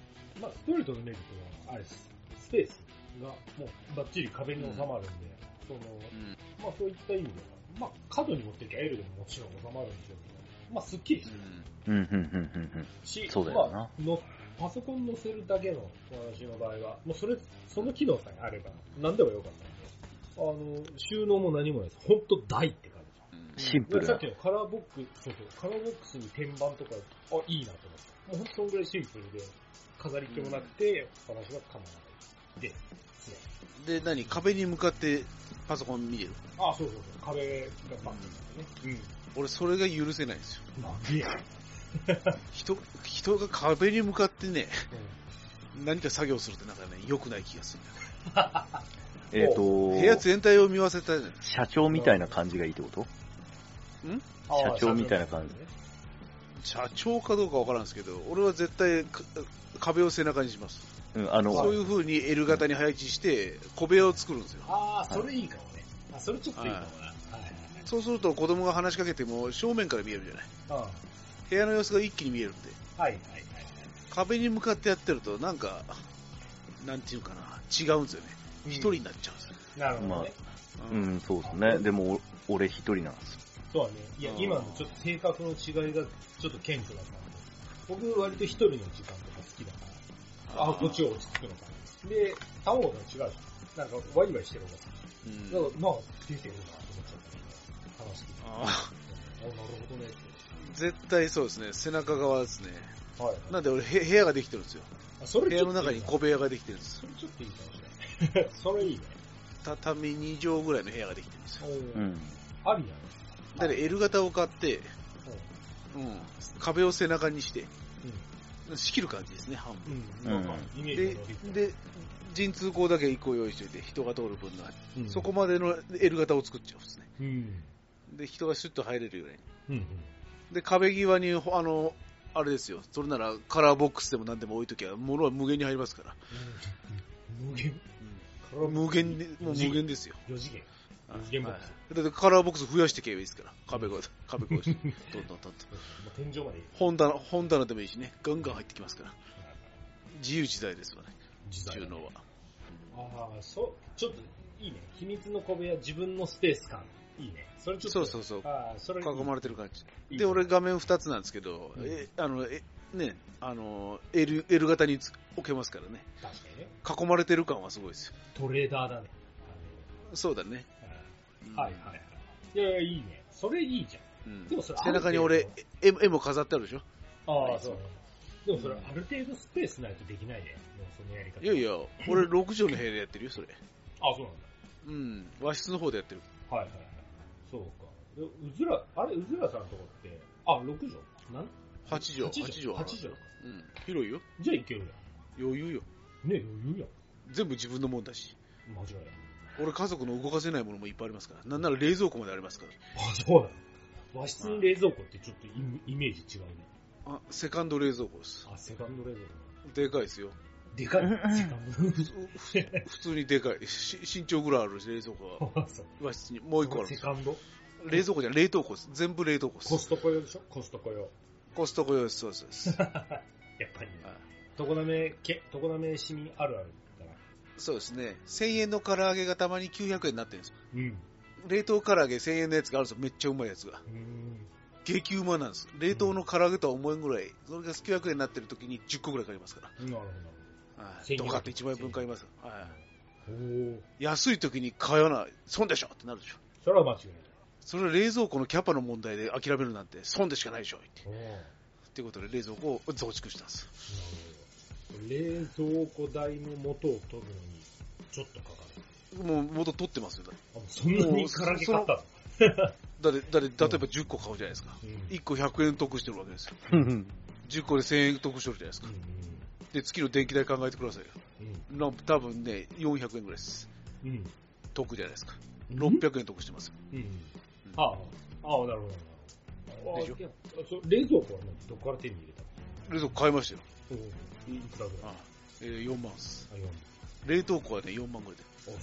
Speaker 2: まあ、ストレートのメリットは、あれです。スペースがもうバッチリ壁に収まるんで、その、
Speaker 1: うん
Speaker 2: まあそういった意味では、まあ角に持っていけば L でももちろん収まるんでしょうけど、まあすっきりしてる
Speaker 3: うん、うん、うん、うん
Speaker 2: し、
Speaker 3: そうだよな
Speaker 2: まあのパソコン載せるだけの私の場合は、もうそれ、その機能さえあれば何でもよかったんで、あの、収納も何もないです。ほんと大って感じ。
Speaker 1: うん
Speaker 3: うん。シンプル
Speaker 2: さっ
Speaker 3: な
Speaker 2: き。のカラーボックス、そうそう、カラーボックスに天板とか、あ、いいなと思った。もうほんとそんぐらいシンプルで、飾り気もなくて、私は構わない。で、ね。
Speaker 1: で、何壁に向かってパソコン見れる。
Speaker 2: あ、そうそうそう、壁がバックになってね。
Speaker 1: 俺、それが許せないんですよ。
Speaker 2: うん。なんでや。
Speaker 1: 人、人が壁に向かってね、何か作業するってなんかね、良くない気がするんだよね
Speaker 3: えっ
Speaker 1: 部屋
Speaker 3: と、
Speaker 1: 全体を見合わせたいのよ
Speaker 3: 社長みたいな感じがいいってこと社長みたいな感じ
Speaker 2: ね。
Speaker 1: 社長かどうかわからんですけど、俺は絶対か壁を背中にします。
Speaker 3: うん、あの、
Speaker 1: そういう風に L 型に配置して、小部屋を作るんですよ。
Speaker 2: ああ、それいいかもね。あ、それちょっといいかもな。はいはいはい
Speaker 1: そうすると子供が話しかけても正面から見えるじゃない。
Speaker 2: あ
Speaker 1: 部屋の様子が一気に見えるんで。
Speaker 2: ーはいはいはい。
Speaker 1: 壁に向かってやってると、なんか、なんていうかな、違うんですよね。一人になっちゃうんですよ。
Speaker 2: なるほど
Speaker 3: まあ
Speaker 2: ね。
Speaker 1: う
Speaker 3: うんん、そうですね。でも、お俺一人なんですよ。
Speaker 2: そうだね。いや
Speaker 1: う、ん
Speaker 2: 今のちょっと性格の違いがちょっと顕著だったんで。僕割と一人の時間とか好きだから。あ、こっちは落ち着くのかな。で、他方が違うじゃん。なんかワイワイしてるのが好き。
Speaker 1: うん
Speaker 2: だから、まあ、出てるなと思っちゃった。話聞いて。
Speaker 1: あー
Speaker 2: あ、なるほどねって。
Speaker 1: 絶対そうですね。背中側ですね。
Speaker 2: はい。
Speaker 1: なんで俺、へ部屋ができてるんですよ。
Speaker 2: あそれ
Speaker 1: 部
Speaker 2: ち
Speaker 1: 屋
Speaker 2: ょ
Speaker 1: の
Speaker 2: っと
Speaker 1: 中
Speaker 2: いい
Speaker 1: に
Speaker 2: な
Speaker 1: 小部屋ができてるんです
Speaker 2: それちょっといいかもしれない。 それいいね。
Speaker 1: 畳2畳ぐらいの部屋ができてるんですよ。
Speaker 3: う
Speaker 2: うん。
Speaker 3: ん。
Speaker 2: ありだね。
Speaker 1: だから L 型を買って、
Speaker 2: うん
Speaker 1: うん、壁を背中にして、仕切る感じですね、半分。
Speaker 2: うん。まあまあ、イメー
Speaker 1: で
Speaker 2: ジはできてる、
Speaker 1: で、陣痛口だけ1個用意しておいて、人が通る分の、
Speaker 2: うん
Speaker 1: そこまでの L 型を作っちゃうんですね。
Speaker 2: うん。
Speaker 1: で、人がシュッと入れるように。
Speaker 2: うん。
Speaker 1: で、壁際に、ほあの、あれですよ、それならカラーボックスでも何でも置いときゃ、物は無限に入りますから。
Speaker 2: 無限。
Speaker 1: 無限に、もう無限ですよ。
Speaker 2: 4次元。
Speaker 1: はい
Speaker 2: 無限ボックス
Speaker 1: はいだってカラーボックス増やしてけばいいですから、壁越え、壁越えして、 どんどんどんどん。
Speaker 2: まあ、天井まで
Speaker 1: 本棚、本棚でもいいしね、ガンガン入ってきますから。自由自在ですわね、
Speaker 2: 自在
Speaker 1: 収納は。
Speaker 2: ああ、そう、ちょっといいね。秘密の小部屋、自分のスペース感。いいね。それちょっ
Speaker 1: そ
Speaker 2: と。
Speaker 1: うそうそう、
Speaker 2: ああ、それいい
Speaker 1: 囲まれてる感じ。
Speaker 2: いい
Speaker 1: で、俺画面2つなんですけど、
Speaker 2: うん
Speaker 1: え、あの、え、ね、あの、L、L 型につ置けますからね。
Speaker 2: 確かにね。
Speaker 1: 囲まれてる感はすごいですよ。
Speaker 2: トレーダーだね。
Speaker 1: そうだね。うん
Speaker 2: はいはいはい。いやいや、いいね。それいいじゃん。
Speaker 1: うん
Speaker 2: でもそれ
Speaker 1: 背中に俺、絵絵も飾ってあるでしょ
Speaker 2: あ
Speaker 1: は
Speaker 2: あ、
Speaker 1: い
Speaker 2: そう。でもそれ、ある程度スペースないとできないね。もうそのやり方。
Speaker 1: いやいや、俺6畳の部屋でやってるよ、それ。
Speaker 2: ああ、そうなんだ。
Speaker 1: うん、和室の方でやってる。
Speaker 2: はいはいはい。そうか。でうずら、あれ、うずらさんのとこって、あ、6畳なん
Speaker 1: 8畳、
Speaker 2: 八
Speaker 1: 8畳。
Speaker 2: 八畳か。
Speaker 1: うん、広いよ。
Speaker 2: じゃあいけるやん。
Speaker 1: 余裕よ。
Speaker 2: ね余裕や
Speaker 1: 全部自分のもんだし。
Speaker 2: ん。間違いない。
Speaker 1: 俺家族の動かせないものもいっぱいありますから。なんなら冷蔵庫までありますから。
Speaker 2: あ、そうなの和室に冷蔵庫ってちょっとイメイメージ違うね。
Speaker 1: あ、セカンド冷蔵庫です。
Speaker 2: あ、セカンド冷蔵庫。
Speaker 1: でかいですよ。
Speaker 2: でかいね
Speaker 3: うんうん
Speaker 2: セカン
Speaker 1: ふふ普通にでかい。し身長ぐらいある冷蔵庫は。
Speaker 2: ド。あそう
Speaker 1: 和室にもう一個あるんで
Speaker 2: セ
Speaker 1: す
Speaker 2: カンド
Speaker 1: 冷蔵庫じゃない冷凍庫です。全部冷凍庫で
Speaker 2: コ
Speaker 1: す。
Speaker 2: ストコ用でしょコストコ用。やっ
Speaker 1: コストコ用です。そうですそうです。
Speaker 2: ぱりね
Speaker 1: はい。
Speaker 2: 常滑け、常滑市民あるあるだから。
Speaker 1: そうですね。1000円の唐揚げがたまに900円になってるんですよ。
Speaker 2: うん。
Speaker 1: 冷凍唐揚げ1000円のやつがあるんですよ。めっちゃうまいやつが。
Speaker 2: うん。
Speaker 1: 激うまなんです。冷凍の唐揚げとは思えんぐらい。それが900円になってる時に10個ぐらい買いますか
Speaker 2: なるほど。
Speaker 1: ら。は
Speaker 2: 1000
Speaker 1: い。ド
Speaker 2: 円
Speaker 1: カッと1万円分買います。は
Speaker 2: おー。
Speaker 1: い。安い時に買わない。損でしょってなるでしょ。
Speaker 2: それは間違い
Speaker 1: それは冷蔵庫のキャパの問題で諦めるなんて損でしかないでしょ。って。
Speaker 2: ない。おー。なる
Speaker 1: っていうことで冷蔵庫を増築したんです。
Speaker 2: ほど。冷蔵庫代の元を取るのに、ちょっとかかる。
Speaker 1: もう元取ってますよ。だ
Speaker 2: あ、もうそんなに唐揚げ買ったの
Speaker 1: だって、だって、例えば10個買うじゃないですか。
Speaker 2: うん。
Speaker 1: 1個100円得してるわけですよ。
Speaker 3: うん
Speaker 1: 10個で1000円得してるじゃないですか。で、月の電気代考えてくださいよ。
Speaker 2: うん。
Speaker 1: な多分ね、400円ぐらいです。
Speaker 2: うん。
Speaker 1: 得じゃないですか。
Speaker 2: うん。
Speaker 1: 600円得してますよ。
Speaker 2: うん。ああ、ああ、なるほど。
Speaker 1: でしょ
Speaker 2: ょ冷蔵庫は何どこから手に入れた
Speaker 1: 冷蔵庫買いましたよ。
Speaker 2: のおいくらぐらい
Speaker 1: あえー4万です。
Speaker 2: あ、4。あ、
Speaker 1: 冷凍庫はね、4万ぐらいで。
Speaker 2: そう。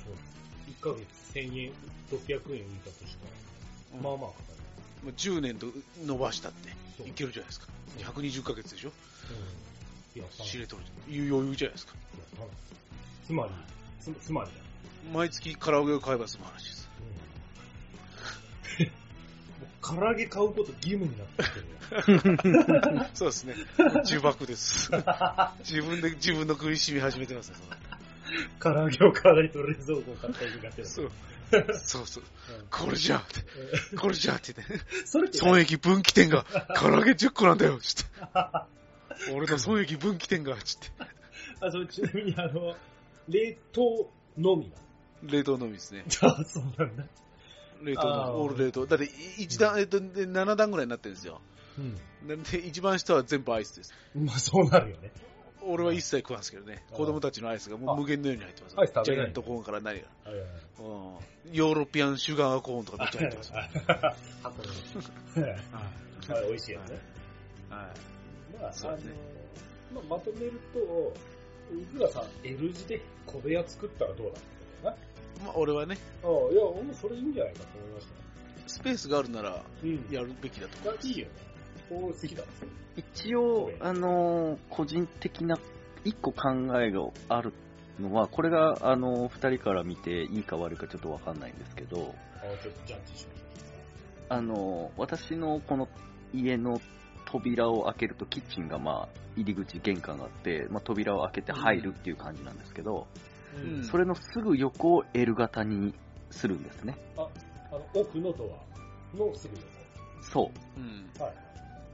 Speaker 2: 1ヶ月1000円、600円浮いたとし
Speaker 1: う
Speaker 2: たら、
Speaker 1: ん
Speaker 2: まあまあかか
Speaker 1: まあ10年と伸ばしたって、
Speaker 2: る。そう
Speaker 1: いけるじゃないですか。120ヶ月でしょ
Speaker 2: うん。やったな。
Speaker 1: 知
Speaker 2: や
Speaker 1: れとる。いう余裕じゃないですか。
Speaker 2: ったな。つまり、つつまりだ。
Speaker 1: 毎月唐揚げを買えば済む話です。
Speaker 2: うん。もう唐揚げ買うこと義務になってきてる
Speaker 1: そうです ね。呪縛です。 自分で自分の苦しみ始めてますね。
Speaker 2: やん唐揚げを買わないと冷蔵庫を買ったりとかってなる。
Speaker 1: そうう。そうそう。
Speaker 2: ん
Speaker 1: これじゃあって、 これじゃあってね。
Speaker 2: それって
Speaker 1: 損益分岐点が、唐揚げ10個なんだよ、つ って。俺の損益分岐点が、つって。
Speaker 2: あ、それちなみにあの、冷凍のみ
Speaker 1: 冷凍のみですね。
Speaker 2: なあ、 そうなんだ。
Speaker 1: 冷凍の
Speaker 2: あー
Speaker 1: み、オール冷凍。だって、1段、えっと、で7段ぐらいになってるんですよ。
Speaker 2: う
Speaker 1: なんで、一番下は全部アイスです。
Speaker 2: ん。まあそうなるよね。
Speaker 1: 俺は一切食わんすけどね。
Speaker 2: あー
Speaker 1: 子供たちのアイスがもう無限のように入ってます。
Speaker 2: あアイス食
Speaker 1: ジ
Speaker 2: べ
Speaker 1: ャ
Speaker 2: ない
Speaker 1: イアントコーンから何が。
Speaker 2: はいはい
Speaker 1: うん。ヨーロピアンシュガーコーンとかめっちゃ入ってます。
Speaker 2: はい。箱の。はい
Speaker 1: は
Speaker 2: あれ美味しいやつね。
Speaker 1: い。はい
Speaker 2: まあ、あ
Speaker 1: そう
Speaker 2: の
Speaker 1: ですね、
Speaker 2: まあ、まとめると、うずらさん L 字で小部屋作ったらどうなんだろうな。あ
Speaker 1: まあ、俺はね、
Speaker 2: あ、いや、俺もそれいいんじゃないかと思いましたね。
Speaker 1: スペースがあるなら、
Speaker 2: うん。いや、
Speaker 1: やるべきだと。
Speaker 2: いいよね。俺好きだ。
Speaker 3: 一応、あのー個人的な一個考えがあるのは、これが、あのー二人から見ていいか悪いかちょっとわかんないんですけど、
Speaker 2: あちょっとジャッジしまし
Speaker 3: あのー私のこの家の扉を開けるとキッチンがまあ入り口玄関があって、まあ、扉を開けて入るっていう感じなんですけど、
Speaker 2: ょう。
Speaker 1: うん
Speaker 3: それのすぐ横を L 型にするんですね
Speaker 2: あの、奥のドアのすぐ
Speaker 3: そ
Speaker 1: うん。
Speaker 2: 横。はい。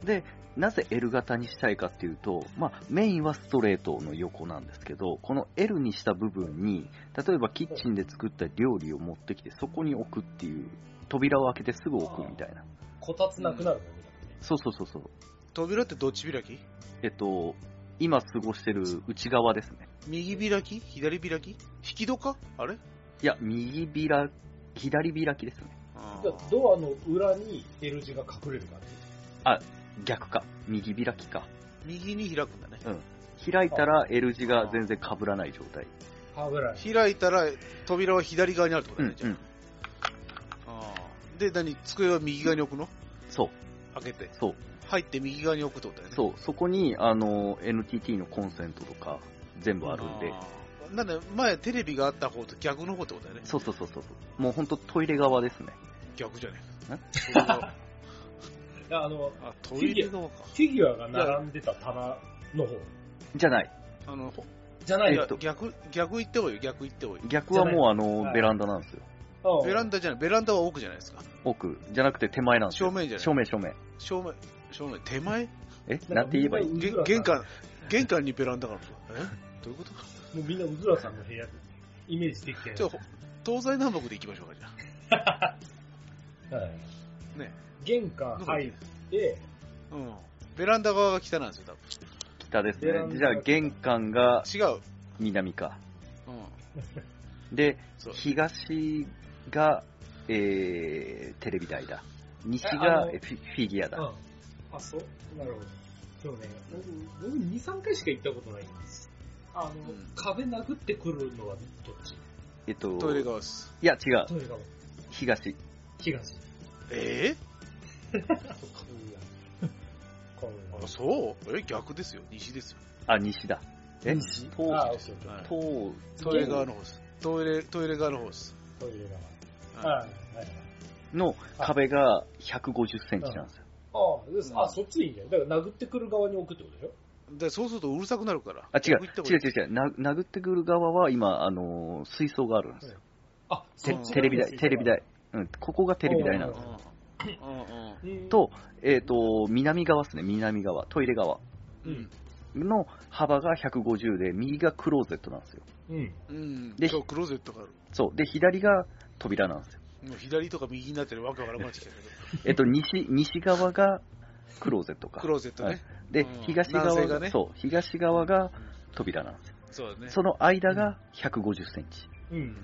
Speaker 3: うでなぜ L 型にしたいかっていうと、まあ、メインはストレートの横なんですけどこの L にした部分に例えばキッチンで作った料理を持ってきてそこに置くっていう扉を開けてすぐ置くみたいな
Speaker 2: こたつなくなるもんね。
Speaker 3: そうそうそうそう
Speaker 1: 扉ってどっち開き
Speaker 3: えっと今過ごしてる内側ですね。
Speaker 1: 右開き左開き引き戸かあれ
Speaker 3: いや、右開き、左開きですね。
Speaker 1: あ
Speaker 2: じゃ
Speaker 1: ー
Speaker 2: あドアの裏に L 字が隠れる感じ。
Speaker 3: 逆か。右開きか。
Speaker 1: 右に開くんだね。
Speaker 3: 開いたら L 字が全然被らない状態。
Speaker 2: 歯ぐらい。
Speaker 1: 開いたら扉は左側にあるってこと
Speaker 3: う
Speaker 1: だ
Speaker 3: ん、
Speaker 1: ね、
Speaker 3: う
Speaker 1: じゃ
Speaker 3: ん。
Speaker 1: あ。あーで、何机は右側に置くの
Speaker 3: そう、
Speaker 1: 開けて。
Speaker 3: そう、
Speaker 1: 入って右側に置くってことだよね。
Speaker 3: そう。そこに、あの、NTT のコンセントとか全部あるんで。
Speaker 1: あー。なんで、前テレビがあった方と逆の方ってことだよね。
Speaker 3: そうそうそうそう。もうほんとトイレ側ですね。
Speaker 1: 逆じゃね
Speaker 3: ん
Speaker 1: えか。
Speaker 2: いやあの、
Speaker 1: あ、トイレ側か。
Speaker 2: フィギュアが並んでた棚の方
Speaker 3: じゃない。
Speaker 1: あの、ほ
Speaker 2: じゃないい
Speaker 1: や
Speaker 3: えっと
Speaker 1: 逆、逆行ってこいよ、逆行ってこいよ。
Speaker 3: 逆はもうあ
Speaker 2: は
Speaker 3: の、
Speaker 2: い
Speaker 3: ベランダなんですよ。
Speaker 2: ああ
Speaker 1: ベランダじゃない、ベランダは奥じゃないですか。
Speaker 3: 奥。じゃなくて手前なんですよ。
Speaker 1: 正面じゃない
Speaker 3: 正面、正面。
Speaker 1: 正面、正面、手前
Speaker 3: えなんて言えばいい
Speaker 2: みん
Speaker 1: げ
Speaker 2: なうずらさん
Speaker 1: 玄関、玄関にベランダがあるのえどういうこと
Speaker 2: もうみんなうずらさんの部屋、イメージできて
Speaker 1: じゃあ、ほ東西南北で行きましょうか、じゃあ。
Speaker 2: はい
Speaker 1: ね
Speaker 2: 玄関入って、
Speaker 1: うん。ベランダ側が北なんですよ、多
Speaker 3: 北です
Speaker 2: ベラン
Speaker 3: ね。
Speaker 2: ダ
Speaker 3: じゃあ玄関が
Speaker 1: 分。違う。
Speaker 3: 南か。
Speaker 1: うん。
Speaker 3: で、
Speaker 1: そう。
Speaker 3: 東が、えー、テレビ台だ。西
Speaker 2: ああ
Speaker 3: が
Speaker 2: の
Speaker 3: えフィフィギュア
Speaker 2: う
Speaker 3: だ。
Speaker 2: ん。あ、そうなるほど。そうね、僕、僕2、3回しか行ったことないんです。あの、
Speaker 1: ん
Speaker 2: 壁殴ってくるのはどっち
Speaker 3: えっと、
Speaker 1: トイレ側です。
Speaker 3: いや違う。
Speaker 2: トイレが
Speaker 3: 東。
Speaker 2: 東。
Speaker 1: え
Speaker 2: こ
Speaker 1: ー、あ、そうえ、逆ですよ。西ですよ。
Speaker 3: あ、西だ。え
Speaker 2: 西
Speaker 3: 東
Speaker 2: あ、そうそう
Speaker 1: はい
Speaker 3: 東、
Speaker 1: トイレ側の方です。トイレ、トイレ側の方です。
Speaker 2: トイレ
Speaker 1: うん
Speaker 2: が。はい、はい。
Speaker 3: の壁が150センチなんですよ。
Speaker 2: ああです
Speaker 1: うん
Speaker 2: あ、そっちでいいんだよ。だから殴ってくる側に置くってことでしょ
Speaker 1: でそうするとうるさくなるから。
Speaker 3: あ、違う
Speaker 1: 逆行って、こい
Speaker 3: 違う違う違う。な殴ってくる側は今、あのー、水槽があるんですよ。
Speaker 2: あ、そ
Speaker 3: て
Speaker 2: っち
Speaker 3: テレビ台、テレビ台。うん、ここがテレビ台なんですよ。
Speaker 1: うん。うんうん。
Speaker 2: 台
Speaker 3: と、えっ、と、南側ですね、南側、トイレ側
Speaker 2: うん。
Speaker 3: の幅が150で、右がクローゼットなんですよ。
Speaker 2: うん。
Speaker 1: うん。
Speaker 3: で
Speaker 1: そう、クローゼットがある。
Speaker 3: そう。で、左が扉なんで すよ。
Speaker 1: もう左とか右になってるわけわからなくなってきたけど。
Speaker 3: えっ、と、西、西側がクローゼットか
Speaker 1: ク。ローゼットね。
Speaker 3: で
Speaker 1: うん、
Speaker 3: 東側
Speaker 1: 南
Speaker 3: が
Speaker 1: 西がね
Speaker 3: そう、東側が扉なんですよ。
Speaker 1: そうだね。
Speaker 3: その間が150センチ。
Speaker 2: うん。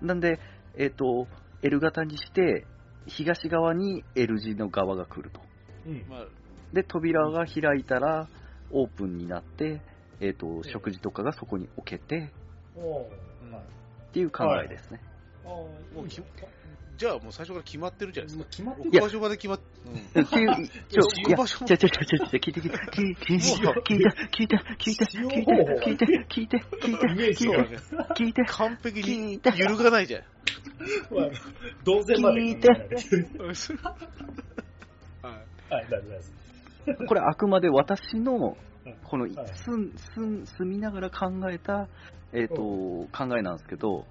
Speaker 3: なんで、えっ、と、L 型にして、東側に L 字の側が来ると。
Speaker 2: うん。
Speaker 1: まあ、
Speaker 3: で、扉が開いたら、オープンになって、えっ、と、食事とかがそこに置けて、
Speaker 2: おー
Speaker 1: うん
Speaker 2: はい
Speaker 3: っていう考えですね。
Speaker 2: あー
Speaker 1: もうき
Speaker 2: いいんじゃない
Speaker 1: じゃあもう最初から決まってるじゃないです
Speaker 2: も
Speaker 1: か。
Speaker 2: う決まって
Speaker 1: 置
Speaker 2: る
Speaker 1: く場所まで決まって、うん。
Speaker 3: っていう、ちょ、
Speaker 2: 使
Speaker 3: い
Speaker 1: 用
Speaker 3: や、
Speaker 1: 場所も
Speaker 3: ちょ、ちょ、ちょ、ちょ、ちょ聞いて、聞いて、聞いて、聞いて、聞いて、聞いて、
Speaker 2: 使用
Speaker 3: 聞い
Speaker 2: 方法が
Speaker 3: て、聞いて、聞いて、聞いて、
Speaker 2: イメージ
Speaker 1: そうだね。
Speaker 3: 聞いて、
Speaker 1: 完璧
Speaker 3: 聞
Speaker 1: に
Speaker 3: いて
Speaker 1: 揺るがないじゃん。
Speaker 2: 同然まで考えられてる。
Speaker 1: はい
Speaker 2: はい、大丈夫です。
Speaker 3: これあくまで私の
Speaker 2: うん、
Speaker 3: この、
Speaker 2: はい
Speaker 3: すん、すん、住みながら考えた、えっ、と、考えなんですけど、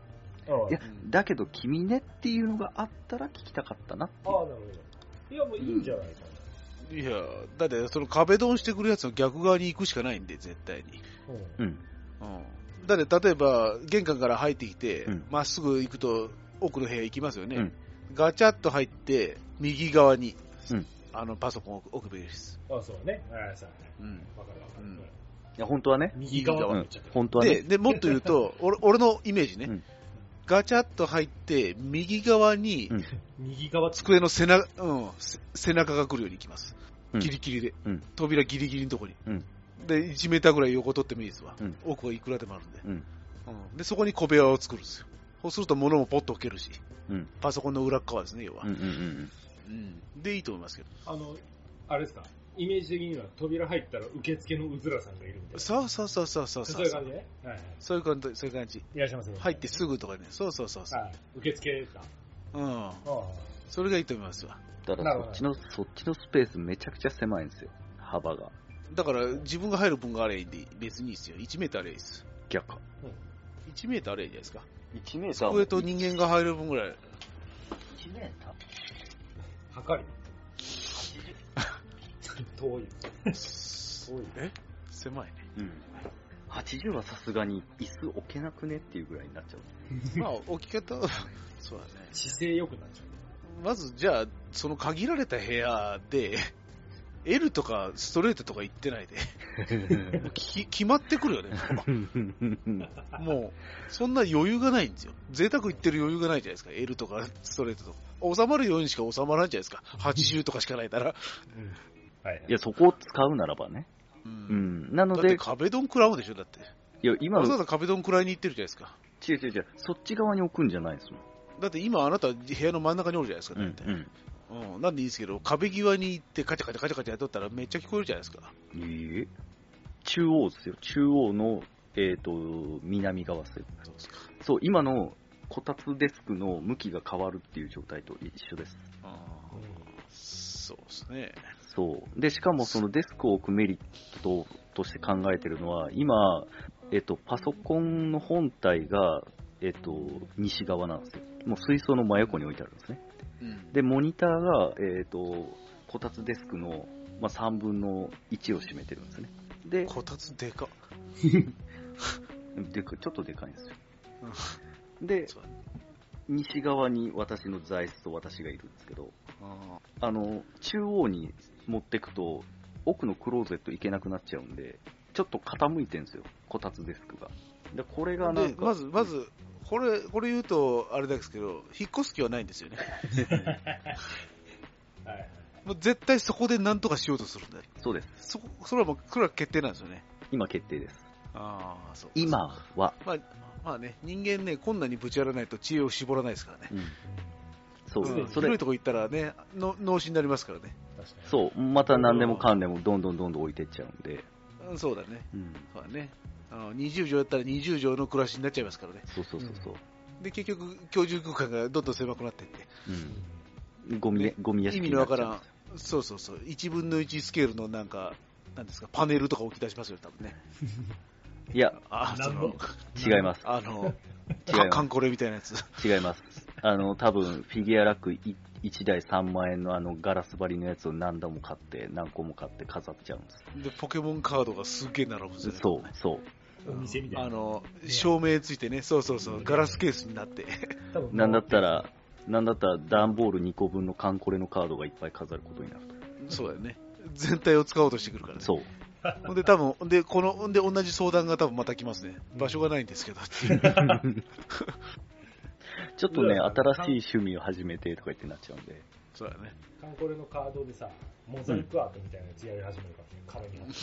Speaker 2: あ
Speaker 3: いや
Speaker 1: う、ん
Speaker 3: だけど君ねっていうのがあったら聞きたかったなって
Speaker 2: あ
Speaker 3: いう。
Speaker 2: ー、なるほど。いや、もういいんじゃないか
Speaker 1: いや、だってその壁ドンしてくるやつの逆側に行くしかないんで、絶対に。
Speaker 2: な。うん
Speaker 3: うん。
Speaker 1: うん。だって例えば、玄関から入ってきて
Speaker 3: うん、
Speaker 1: ま、っすぐ行くと奥の部屋行きますよね。
Speaker 3: うん
Speaker 1: ガチャッと入って、右側に、
Speaker 3: うん
Speaker 1: あのパソコンを置くべきです。
Speaker 2: あ、そうね。はい、そうね。
Speaker 1: うん。
Speaker 2: わかるわかる。
Speaker 1: うん
Speaker 3: いや、本当はね。
Speaker 2: 右側
Speaker 3: う
Speaker 2: に行っ
Speaker 3: ん
Speaker 2: ちゃっ。てる
Speaker 3: 本当は
Speaker 1: で
Speaker 3: ね。
Speaker 1: でもっと言うと俺、俺のイメージね、
Speaker 3: うん
Speaker 1: ガチャッと入って、右側に
Speaker 3: うん
Speaker 2: 右側つく。
Speaker 1: 机の背中,、うん、せ背中が来るように行きます、
Speaker 3: うん
Speaker 1: ギリギリで、
Speaker 3: うん
Speaker 1: 扉ギリギリのとこに、
Speaker 3: うん
Speaker 1: で、1メーターぐらい横取ってもいいですわ、
Speaker 3: うん
Speaker 1: 奥はいくらでもあるんで,、
Speaker 3: うん
Speaker 1: うんで、そこに小部屋を作るんですよ、そうすると物もポッと置けるし、
Speaker 3: うん
Speaker 1: パソコンの裏っ側ですね、要は、
Speaker 3: うんうんうん。
Speaker 1: うんで、いいと思いますけど、
Speaker 2: あの、あれですか。イメージ的には扉入ったら受付のうずらさんがいるみたいな。
Speaker 1: さあさあさあさあさあさ
Speaker 2: そ
Speaker 1: あ
Speaker 2: ういう感じね。はいはい。
Speaker 1: そういう感じ、そういう感じ、
Speaker 2: いらっしゃいませ。
Speaker 1: 入ってすぐとかね、そうそうそうそう、
Speaker 2: はい。受付ですか。
Speaker 1: うん、
Speaker 2: ああ。
Speaker 1: それがいいと思いますわ。
Speaker 3: ただ
Speaker 2: なるほ
Speaker 3: そ
Speaker 2: ど
Speaker 3: っちの、そっちのスペースめちゃくちゃ狭いんですよ。幅が。
Speaker 1: だから自分が入る分があれんで別にいいですよ。1メーターあればいいです。
Speaker 3: 逆か。
Speaker 1: 1メーターあればいいじゃないですか。
Speaker 3: 1メータ
Speaker 1: 机と人間が入る分ぐらい。
Speaker 3: 1メーター
Speaker 2: 測り。遠い。遠い。
Speaker 1: え狭いね。
Speaker 3: うん。80はさすがに椅子置けなくねっていうぐらいになっ ちゃう。
Speaker 1: まあ、置き方は、 そうだね。
Speaker 2: 姿勢良くなっちゃう。
Speaker 1: まず、じゃあ、その限られた部屋で、 L とかストレートとか言ってないで、もうき決まってくるよね、 もう、そんな余裕がないんですよ。贅沢言ってる余裕がないじゃないですか、L とかストレートとか。収まるようにしか収まらないじゃないですか、80とかしかないなら。
Speaker 2: はい。
Speaker 3: いや、そこを使うならばね。
Speaker 1: う
Speaker 3: うんん。なの
Speaker 1: だって
Speaker 3: で、
Speaker 1: 壁ドン食らうでしょ、だって。
Speaker 3: いや、今
Speaker 1: わ
Speaker 3: の
Speaker 1: ざわざ壁ドン食らいに行ってるじゃないですか。
Speaker 3: 違う違う違う、そっち側に置くんじゃないですもん。
Speaker 1: だって今、あなた部屋の真ん中におるじゃないですか、
Speaker 3: う
Speaker 1: だっ
Speaker 3: ん
Speaker 1: て。うん、なんでいいですけど、壁際に行って、カチャカチャカチャカチャやっとったら、めっちゃ聞こえるじゃないですか。
Speaker 3: うん。いいえ中央ですよ。中央の、えっ、と、南側ですよ。
Speaker 1: そうですか。
Speaker 3: そう、今のこたつデスクの向きが変わるっていう状態と一緒です。
Speaker 1: そうですね。
Speaker 3: そう。で、しかもそのデスクを置くメリットとして考えてるのは、今、えっと、パソコンの本体が、えっと、西側なんですよ。もう水槽の真横に置いてあるんですね。
Speaker 1: うん、
Speaker 3: で、モニターが、えっと、こたつデスクの、まあ、3分の1を占めてるんですね。で、
Speaker 1: こたつでかっ。
Speaker 3: でかちょっとでかいんですよ。
Speaker 1: う
Speaker 3: で
Speaker 1: ん、そう
Speaker 3: 西側に私の座椅子と私がいるんですけど、
Speaker 1: あ
Speaker 3: あの、中央に持ってくと、奥のクローゼット行けなくなっちゃうんで、ちょっと傾いてるんですよ、こたつデスクが。で、これが
Speaker 1: ー
Speaker 3: なん
Speaker 1: で
Speaker 3: か、
Speaker 1: まず、まず、これ、これ言うと、あれですけど、引っ越す気はないんですよね。
Speaker 2: はい。
Speaker 1: もう絶対そこで何とかしようとするんだよ。
Speaker 3: そうです。
Speaker 1: そこ、それはもう、それは決定なんですよね。
Speaker 3: 今決定です。
Speaker 1: ああ、そう。
Speaker 3: 今は、
Speaker 1: まあ、まあね、人間ね、こんなにぶちやらないと知恵を絞らないですからね。
Speaker 3: うん。そう、
Speaker 1: うん、
Speaker 3: そ
Speaker 1: 広
Speaker 3: れ
Speaker 1: い、とこ行ったらね、の脳死になりますからね。
Speaker 2: 確かに。
Speaker 3: そう、また何でもかんでもどんどんどんどん置いてっちゃうんで、
Speaker 1: うん、そうだね。
Speaker 3: うん。
Speaker 1: そうだね。あの20畳だったら20畳の暮らしになっちゃいますからね。
Speaker 3: そうそうそうそう。
Speaker 1: で、結局、居住空間がどんどん狭くなっていって。
Speaker 3: うん。ゴミ、
Speaker 1: ね
Speaker 3: ゴミ屋敷
Speaker 1: 意味
Speaker 3: に
Speaker 1: の
Speaker 3: なっ
Speaker 1: わ
Speaker 3: ちゃ
Speaker 1: か
Speaker 3: うんです
Speaker 1: らん、そうそうそう、1分の1スケールのなんか、なんですか、パネルとか置き出しますよ、多分ね。
Speaker 3: いや、
Speaker 1: あ、そ
Speaker 2: なん
Speaker 1: の
Speaker 2: ぼ、
Speaker 3: 違います。
Speaker 1: あの、
Speaker 3: 違います
Speaker 1: カンコレみたいなやつ。
Speaker 3: 違います。あの、多分フィギュアラックい1台3万円のあのガラス張りのやつを何度も買って、何個も買って飾っちゃうんです。
Speaker 1: で、ポケモンカードがすげえ並ぶんですよね
Speaker 3: そう、そう。
Speaker 2: お店みたいな
Speaker 1: あの、照明ついてね、そうそうそう、ガラスケースになって。
Speaker 2: 多分
Speaker 3: なんだったら、なんだったら段ボール2個分のカンコレのカードがいっぱい飾ることになると。
Speaker 1: そうだよね。全体を使おうとしてくるからね。
Speaker 3: そう。
Speaker 1: ほんで、多分、で、この、ほんで、同じ相談が多分また来ますね。場所がないんですけど。
Speaker 3: ちょっとね、
Speaker 2: うわ
Speaker 3: 新しい趣味を始めてとか言ってなっちゃうんで。
Speaker 1: そうだね。
Speaker 2: カンコレのカードでさ、モザイクアートみたいなやつやり始めるからね、体に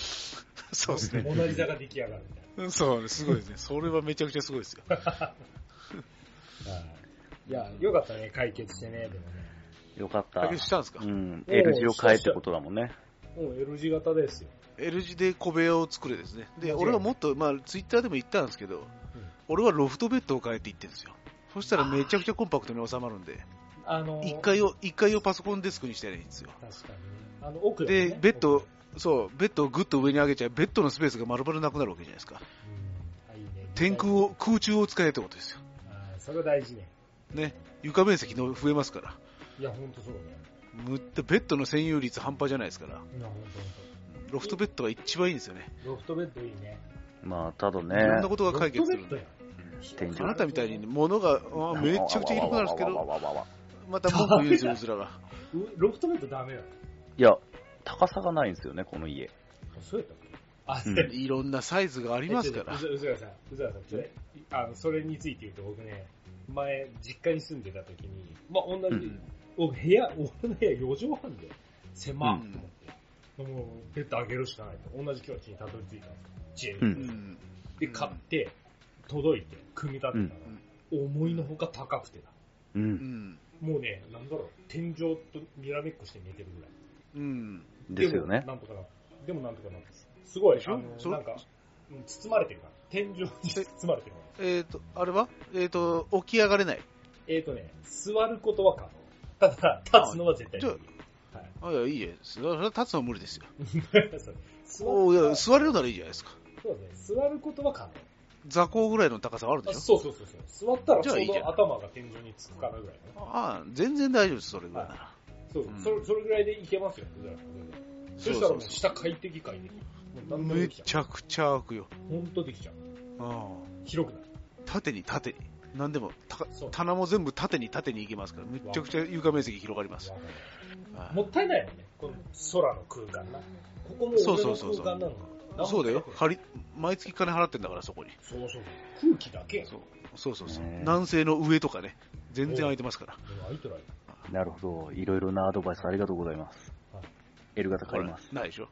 Speaker 1: そうですね。
Speaker 2: モナリザが出来上がるみたい
Speaker 1: うんそうね、すごいですね。それはめちゃくちゃすごいですよ。
Speaker 2: な。いや、よかったね、解決してね、でもね。
Speaker 3: よかった
Speaker 1: 解。決したんですか、
Speaker 3: うん。
Speaker 2: おー
Speaker 3: L 字を変えってことだもんね。
Speaker 2: もう L 字型ですよ。
Speaker 1: L 字で小部屋を作れですね。
Speaker 2: 間違い
Speaker 1: で、
Speaker 2: ない
Speaker 1: 俺はもっと、まあ、ツイッターでも言ったんですけど、俺はロフトベッドを変えていってるんですよ。そしたらめちゃくちゃコンパクトに収まるんで、
Speaker 2: あのー、
Speaker 1: 1階を、一階をパソコンデスクにしたらいいんですよ。
Speaker 2: 確かにね。あの、奥だよね
Speaker 1: で、ベッド、そう、ベッドをぐっと上に上げちゃう、ベッドのスペースが丸々なくなるわけじゃないですか。
Speaker 2: うんあいいね
Speaker 1: 天空を、空中を使えってことですよ。
Speaker 2: あーそれ大事ね。
Speaker 1: ね。床面積の増えますから。
Speaker 2: いや、ほんとそうね。
Speaker 1: むってベッドの占有率半端じゃないですから。
Speaker 2: いや、ほんとほん
Speaker 1: ロフトベッドが一番いいんですよね。
Speaker 2: と。ロフトベッドいいね。
Speaker 3: まあ、ただ
Speaker 1: いろんな
Speaker 3: ね、
Speaker 1: ことが解決する
Speaker 2: ロ
Speaker 1: ん
Speaker 2: フト
Speaker 1: で。
Speaker 2: ベッド
Speaker 3: 天井
Speaker 2: や
Speaker 1: あなたみたいに物が、あーめちゃくちゃいるくなるんですけど、また文句言うんですよ、うずらが。
Speaker 2: うロフトベッドダメだ。
Speaker 3: いや、高さがないんですよね、この家。
Speaker 2: そうやったっけあ、
Speaker 3: うん
Speaker 2: そうや
Speaker 1: いろんなサイズがありますから
Speaker 2: う。ずうずらさん、うずらさん、それ、あの、それについて言うと僕ね、前、実家に住んでた時に、まあ、同じ、
Speaker 3: うん
Speaker 2: お部屋、俺の部屋4畳半で、狭っ
Speaker 1: うん
Speaker 2: と思って、もう、ベッド上げるしかないと、同じ境地にたどり着いたんですよ。知恵
Speaker 3: う。
Speaker 1: うんん。
Speaker 2: で、買って、届いて、組み立てたら、思いのほか高くてだ。
Speaker 3: う。
Speaker 1: うんん。
Speaker 2: もうね、なんだろう、天井とにらめっこして寝てるぐらい。
Speaker 1: うん。
Speaker 3: ですよね
Speaker 2: でも。なんとかなった。でもなんとかなった。すごい、
Speaker 1: でし
Speaker 2: あ
Speaker 1: ょ
Speaker 2: の、
Speaker 1: そ
Speaker 2: なんか、うん包まれてるから。天井に包まれてるから。
Speaker 1: えっ、と、あれはえっ、と、起き上がれない。
Speaker 2: えーとね、座ることは可能。ただ、立つのは絶対無理。
Speaker 1: あ、いや、いいえ。それは立つのは無理ですよ。
Speaker 2: そう座
Speaker 1: おうい
Speaker 2: る
Speaker 1: や、座れるならいいじゃないですか。
Speaker 2: そうね、座ることは可
Speaker 1: 座高ぐらいの高さはある
Speaker 2: 能。
Speaker 1: で
Speaker 2: あ
Speaker 1: しょ
Speaker 2: そうそうそうそう。座ったらち
Speaker 1: じゃ
Speaker 2: ょ
Speaker 1: あいういじゃ
Speaker 2: ど
Speaker 1: ん
Speaker 2: 頭が天井につくかなぐらいの。
Speaker 1: ああ、全然大丈夫です、それぐらいなら。
Speaker 2: そう、
Speaker 1: うん
Speaker 2: それ、それぐらいでいけますよ、うずらさんそしたらもう下快適快適。もう何でも
Speaker 1: め
Speaker 2: できち
Speaker 1: ちゃくちゃ開くよ。
Speaker 2: ゃう。ほんとできちゃう。
Speaker 1: ああ
Speaker 2: 広くなる。
Speaker 1: 縦に縦に。何でも、た
Speaker 2: そう
Speaker 1: 棚も全部縦に縦に行けますから、めちゃくちゃ床面積広がります。はい
Speaker 2: もったいないよね。この空の空間な。ここも
Speaker 1: そう
Speaker 2: 俺
Speaker 1: そ
Speaker 2: の
Speaker 1: うそうそう
Speaker 2: 空間なのか。
Speaker 1: そうだよ
Speaker 2: なんか。
Speaker 1: 借り毎月金払ってんだから、そこに。
Speaker 2: そうそう。空気だけやん。
Speaker 1: そうそうそうそう
Speaker 3: ね。え
Speaker 1: 南西の上とかね、全然空いてますから。
Speaker 2: でも空いてない
Speaker 3: なるほど。いろいろなアドバイスありがとうございます
Speaker 2: はい。
Speaker 3: L 型
Speaker 1: ほ
Speaker 3: 買い
Speaker 1: ら
Speaker 3: ます。、
Speaker 1: ないでしょ。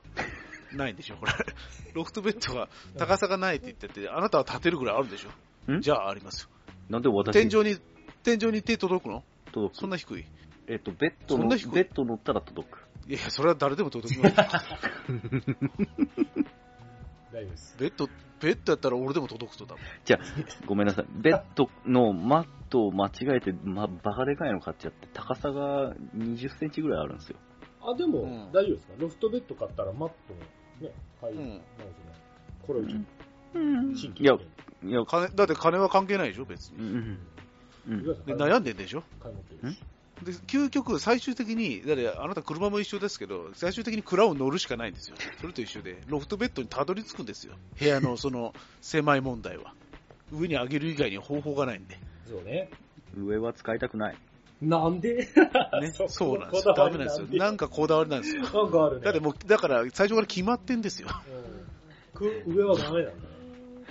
Speaker 1: ないんでしょ、これ。ロフトベッドは高さがないって言ってて、あなたは立てるぐらいあるでしょ。
Speaker 3: ん
Speaker 1: じゃあありますよ。
Speaker 3: なんで私
Speaker 1: 天井に、天井に手届くの
Speaker 3: 届
Speaker 1: そ
Speaker 3: く
Speaker 1: んな低い
Speaker 3: えっと、ベッド
Speaker 1: そん
Speaker 3: の、
Speaker 1: な
Speaker 3: ベ
Speaker 1: 低い
Speaker 3: ッド乗ったら届く。
Speaker 1: いやいや、それは誰でも届きますよ。
Speaker 2: 大丈夫です。
Speaker 1: ベッド、ベッドやったら俺でも届くとだもん。
Speaker 3: じゃあ、ごめんなさい。ベッドのマットを間違えて、ま、バカでかいの買っちゃって、高さが20センチぐらいあるんですよ。
Speaker 2: あ、でも、
Speaker 1: うん
Speaker 2: 大丈夫ですかロフトベッド買ったらマットね、はい。
Speaker 1: うん
Speaker 2: なんかねこれをちょっと新規
Speaker 3: いや
Speaker 2: で
Speaker 3: いや、
Speaker 1: 金、だって金は関係ないでしょ、別
Speaker 3: う
Speaker 1: に。
Speaker 3: ん。う
Speaker 2: 井
Speaker 3: ん。
Speaker 2: 川さん
Speaker 1: で、悩んでんでしょ。
Speaker 2: 買い物行ってるし
Speaker 1: で、究極、最終的に、だってあなた車も一緒ですけど、最終的に蔵を乗るしかないんですよ。それと一緒で、ロフトベッドにたどり着くんですよ。部屋のその、 狭い問題は。上に上げる以外に方法がないんで。
Speaker 2: そうね。
Speaker 3: 上は使いたくない。
Speaker 2: なんで
Speaker 1: ね、
Speaker 2: そ
Speaker 1: そ
Speaker 2: こ
Speaker 1: うなんですよ。
Speaker 2: こ
Speaker 1: ダ
Speaker 2: だわ
Speaker 1: メ
Speaker 2: り
Speaker 1: なんですよ
Speaker 2: なん。で
Speaker 1: なんかこだわりなんですよ。
Speaker 2: なんかあるね。
Speaker 1: だってもう、だから最初から決まってんですよ。
Speaker 2: うんく上はダメなんだね。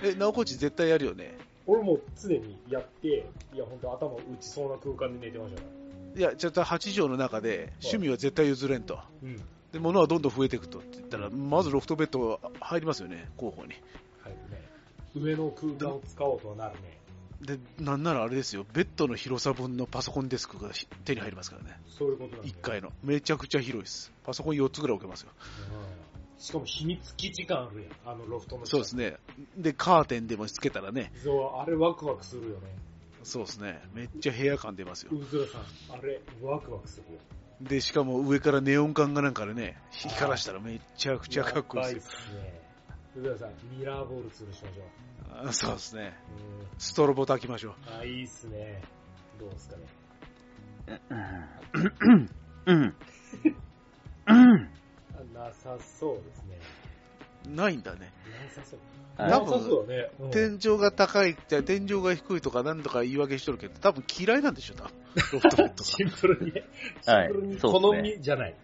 Speaker 1: え、なおこち絶対やるよね。
Speaker 2: 俺も常にやって、いや、本当頭打ちそうな空間で寝てましたから。
Speaker 1: いや、ちょっと8畳の中で、趣味は絶対譲れんと。
Speaker 2: うん。
Speaker 1: で、物はどんどん増えていくとって言ったら、まずロフトベッド入りますよね、候補に。
Speaker 2: 入るね。上の空間を使おうとはなるね。
Speaker 1: で、なんならあれですよ、ベッドの広さ分のパソコンデスクが手に入りますからね。
Speaker 2: そういうことなんだよ
Speaker 1: 1階の。めちゃくちゃ広いです。パソコン4つぐらい置けますよ。
Speaker 2: うんしかも秘密基地感あるやん、あのロフトの。
Speaker 1: そうです
Speaker 2: ね。
Speaker 1: ね。で、カーテンでもつけたらね、
Speaker 2: そう、あれワクワクするよね。
Speaker 1: そうですね。めっちゃ部屋感出ますよ
Speaker 2: う。ずらさん、あれワクワクするよ。
Speaker 1: で、しかも上からネオン管がなんかでね、光らしたらめちゃくちゃかっこいいですよ。
Speaker 2: やばいっすね。うずらさん、ミラーボール吊るしましょう。
Speaker 1: あそうですね。
Speaker 2: うん
Speaker 1: ストロボ炊きましょう。
Speaker 2: あ、いいっすね。どうですかね。
Speaker 3: うん。うん。うん。
Speaker 2: あなさそうですね。
Speaker 1: ないんだね。
Speaker 2: なさそう。
Speaker 3: はい
Speaker 2: なさそうだね。うん
Speaker 1: 天井が高いって、天井が低いとかなんとか言い訳しとるけど、多分嫌いなんでしょ、多分。ロフトベッドが。
Speaker 2: シンプルに、
Speaker 3: はい
Speaker 2: シンプルに
Speaker 3: そうっすね
Speaker 2: 好みじゃない。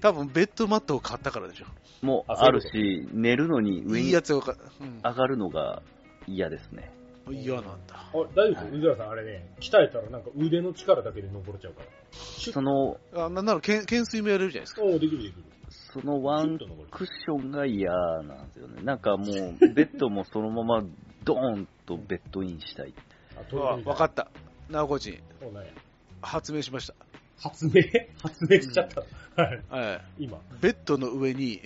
Speaker 1: 多分ベッドマットを買ったからでしょ。
Speaker 3: もう
Speaker 2: あそう
Speaker 3: あ
Speaker 2: いう
Speaker 3: る
Speaker 2: こと
Speaker 3: し、寝るのに上
Speaker 1: いい
Speaker 3: に
Speaker 1: やつを買うん
Speaker 3: 上がるのが嫌ですね。
Speaker 1: 嫌なんだ
Speaker 2: あ。大丈夫ですうずらさん、あれね、鍛えたらなんか腕の力だけで登れちゃうから。
Speaker 3: その、
Speaker 1: あなんなら、けん懸垂もやれるじゃないですか。
Speaker 2: おおできるできる。
Speaker 3: そのワン
Speaker 2: シュッと登れる
Speaker 3: クッションが嫌なんですよね。なんかも う、ベッドもそのままドーンとベッドインしたい。
Speaker 2: あ、
Speaker 1: あ
Speaker 2: 取り
Speaker 1: わかった。なおこちん、
Speaker 2: おなんや
Speaker 1: 発明しまし
Speaker 2: 発明発明しちゃった。はい
Speaker 1: た。はい。
Speaker 2: 今。
Speaker 1: ベッドの上に、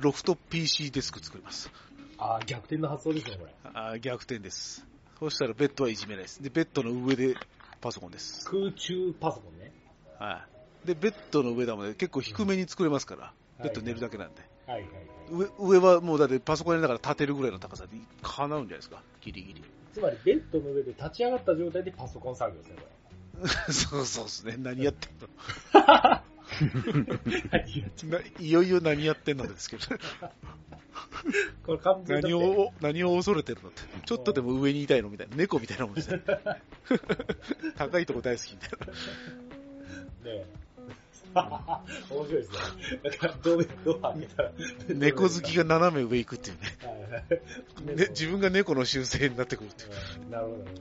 Speaker 1: ロフト PC デスク作ります。
Speaker 2: あー逆転の発想ですね、これ。
Speaker 1: あ逆転です。そうしたらベッドはいじめないです。で、ベッドの上でパソコンです。
Speaker 2: 空中パソコンね。
Speaker 1: はい。で、ベッドの上だもんね、結構低めに作れますから、ベッド寝るだけなんで。
Speaker 2: はいはいはい。
Speaker 1: 上上はもうだってパソコンやりながら立てるぐらいの高さで叶うんじゃないですか、ギリギリ。
Speaker 2: つまり、ベッドの上で立ち上がった状態でパソコン作業ですね、こ
Speaker 1: そうそうですね、何やってんの
Speaker 2: れ。
Speaker 1: ないよいよ何やってんのですけど、
Speaker 2: これ完全
Speaker 1: 何を、何を恐れてるのって、ちょっとでも上にいたいのみたいな、猫みたいなもんです ね。高いとこ大好きみたいな。
Speaker 2: ね 面白いですね。だから、ドア、ドア開けたら。
Speaker 1: 猫好きが斜め上行くっていうね。
Speaker 2: はいはい。
Speaker 1: ね自分が猫の習性になってくるっていう。
Speaker 2: うんなるほどなる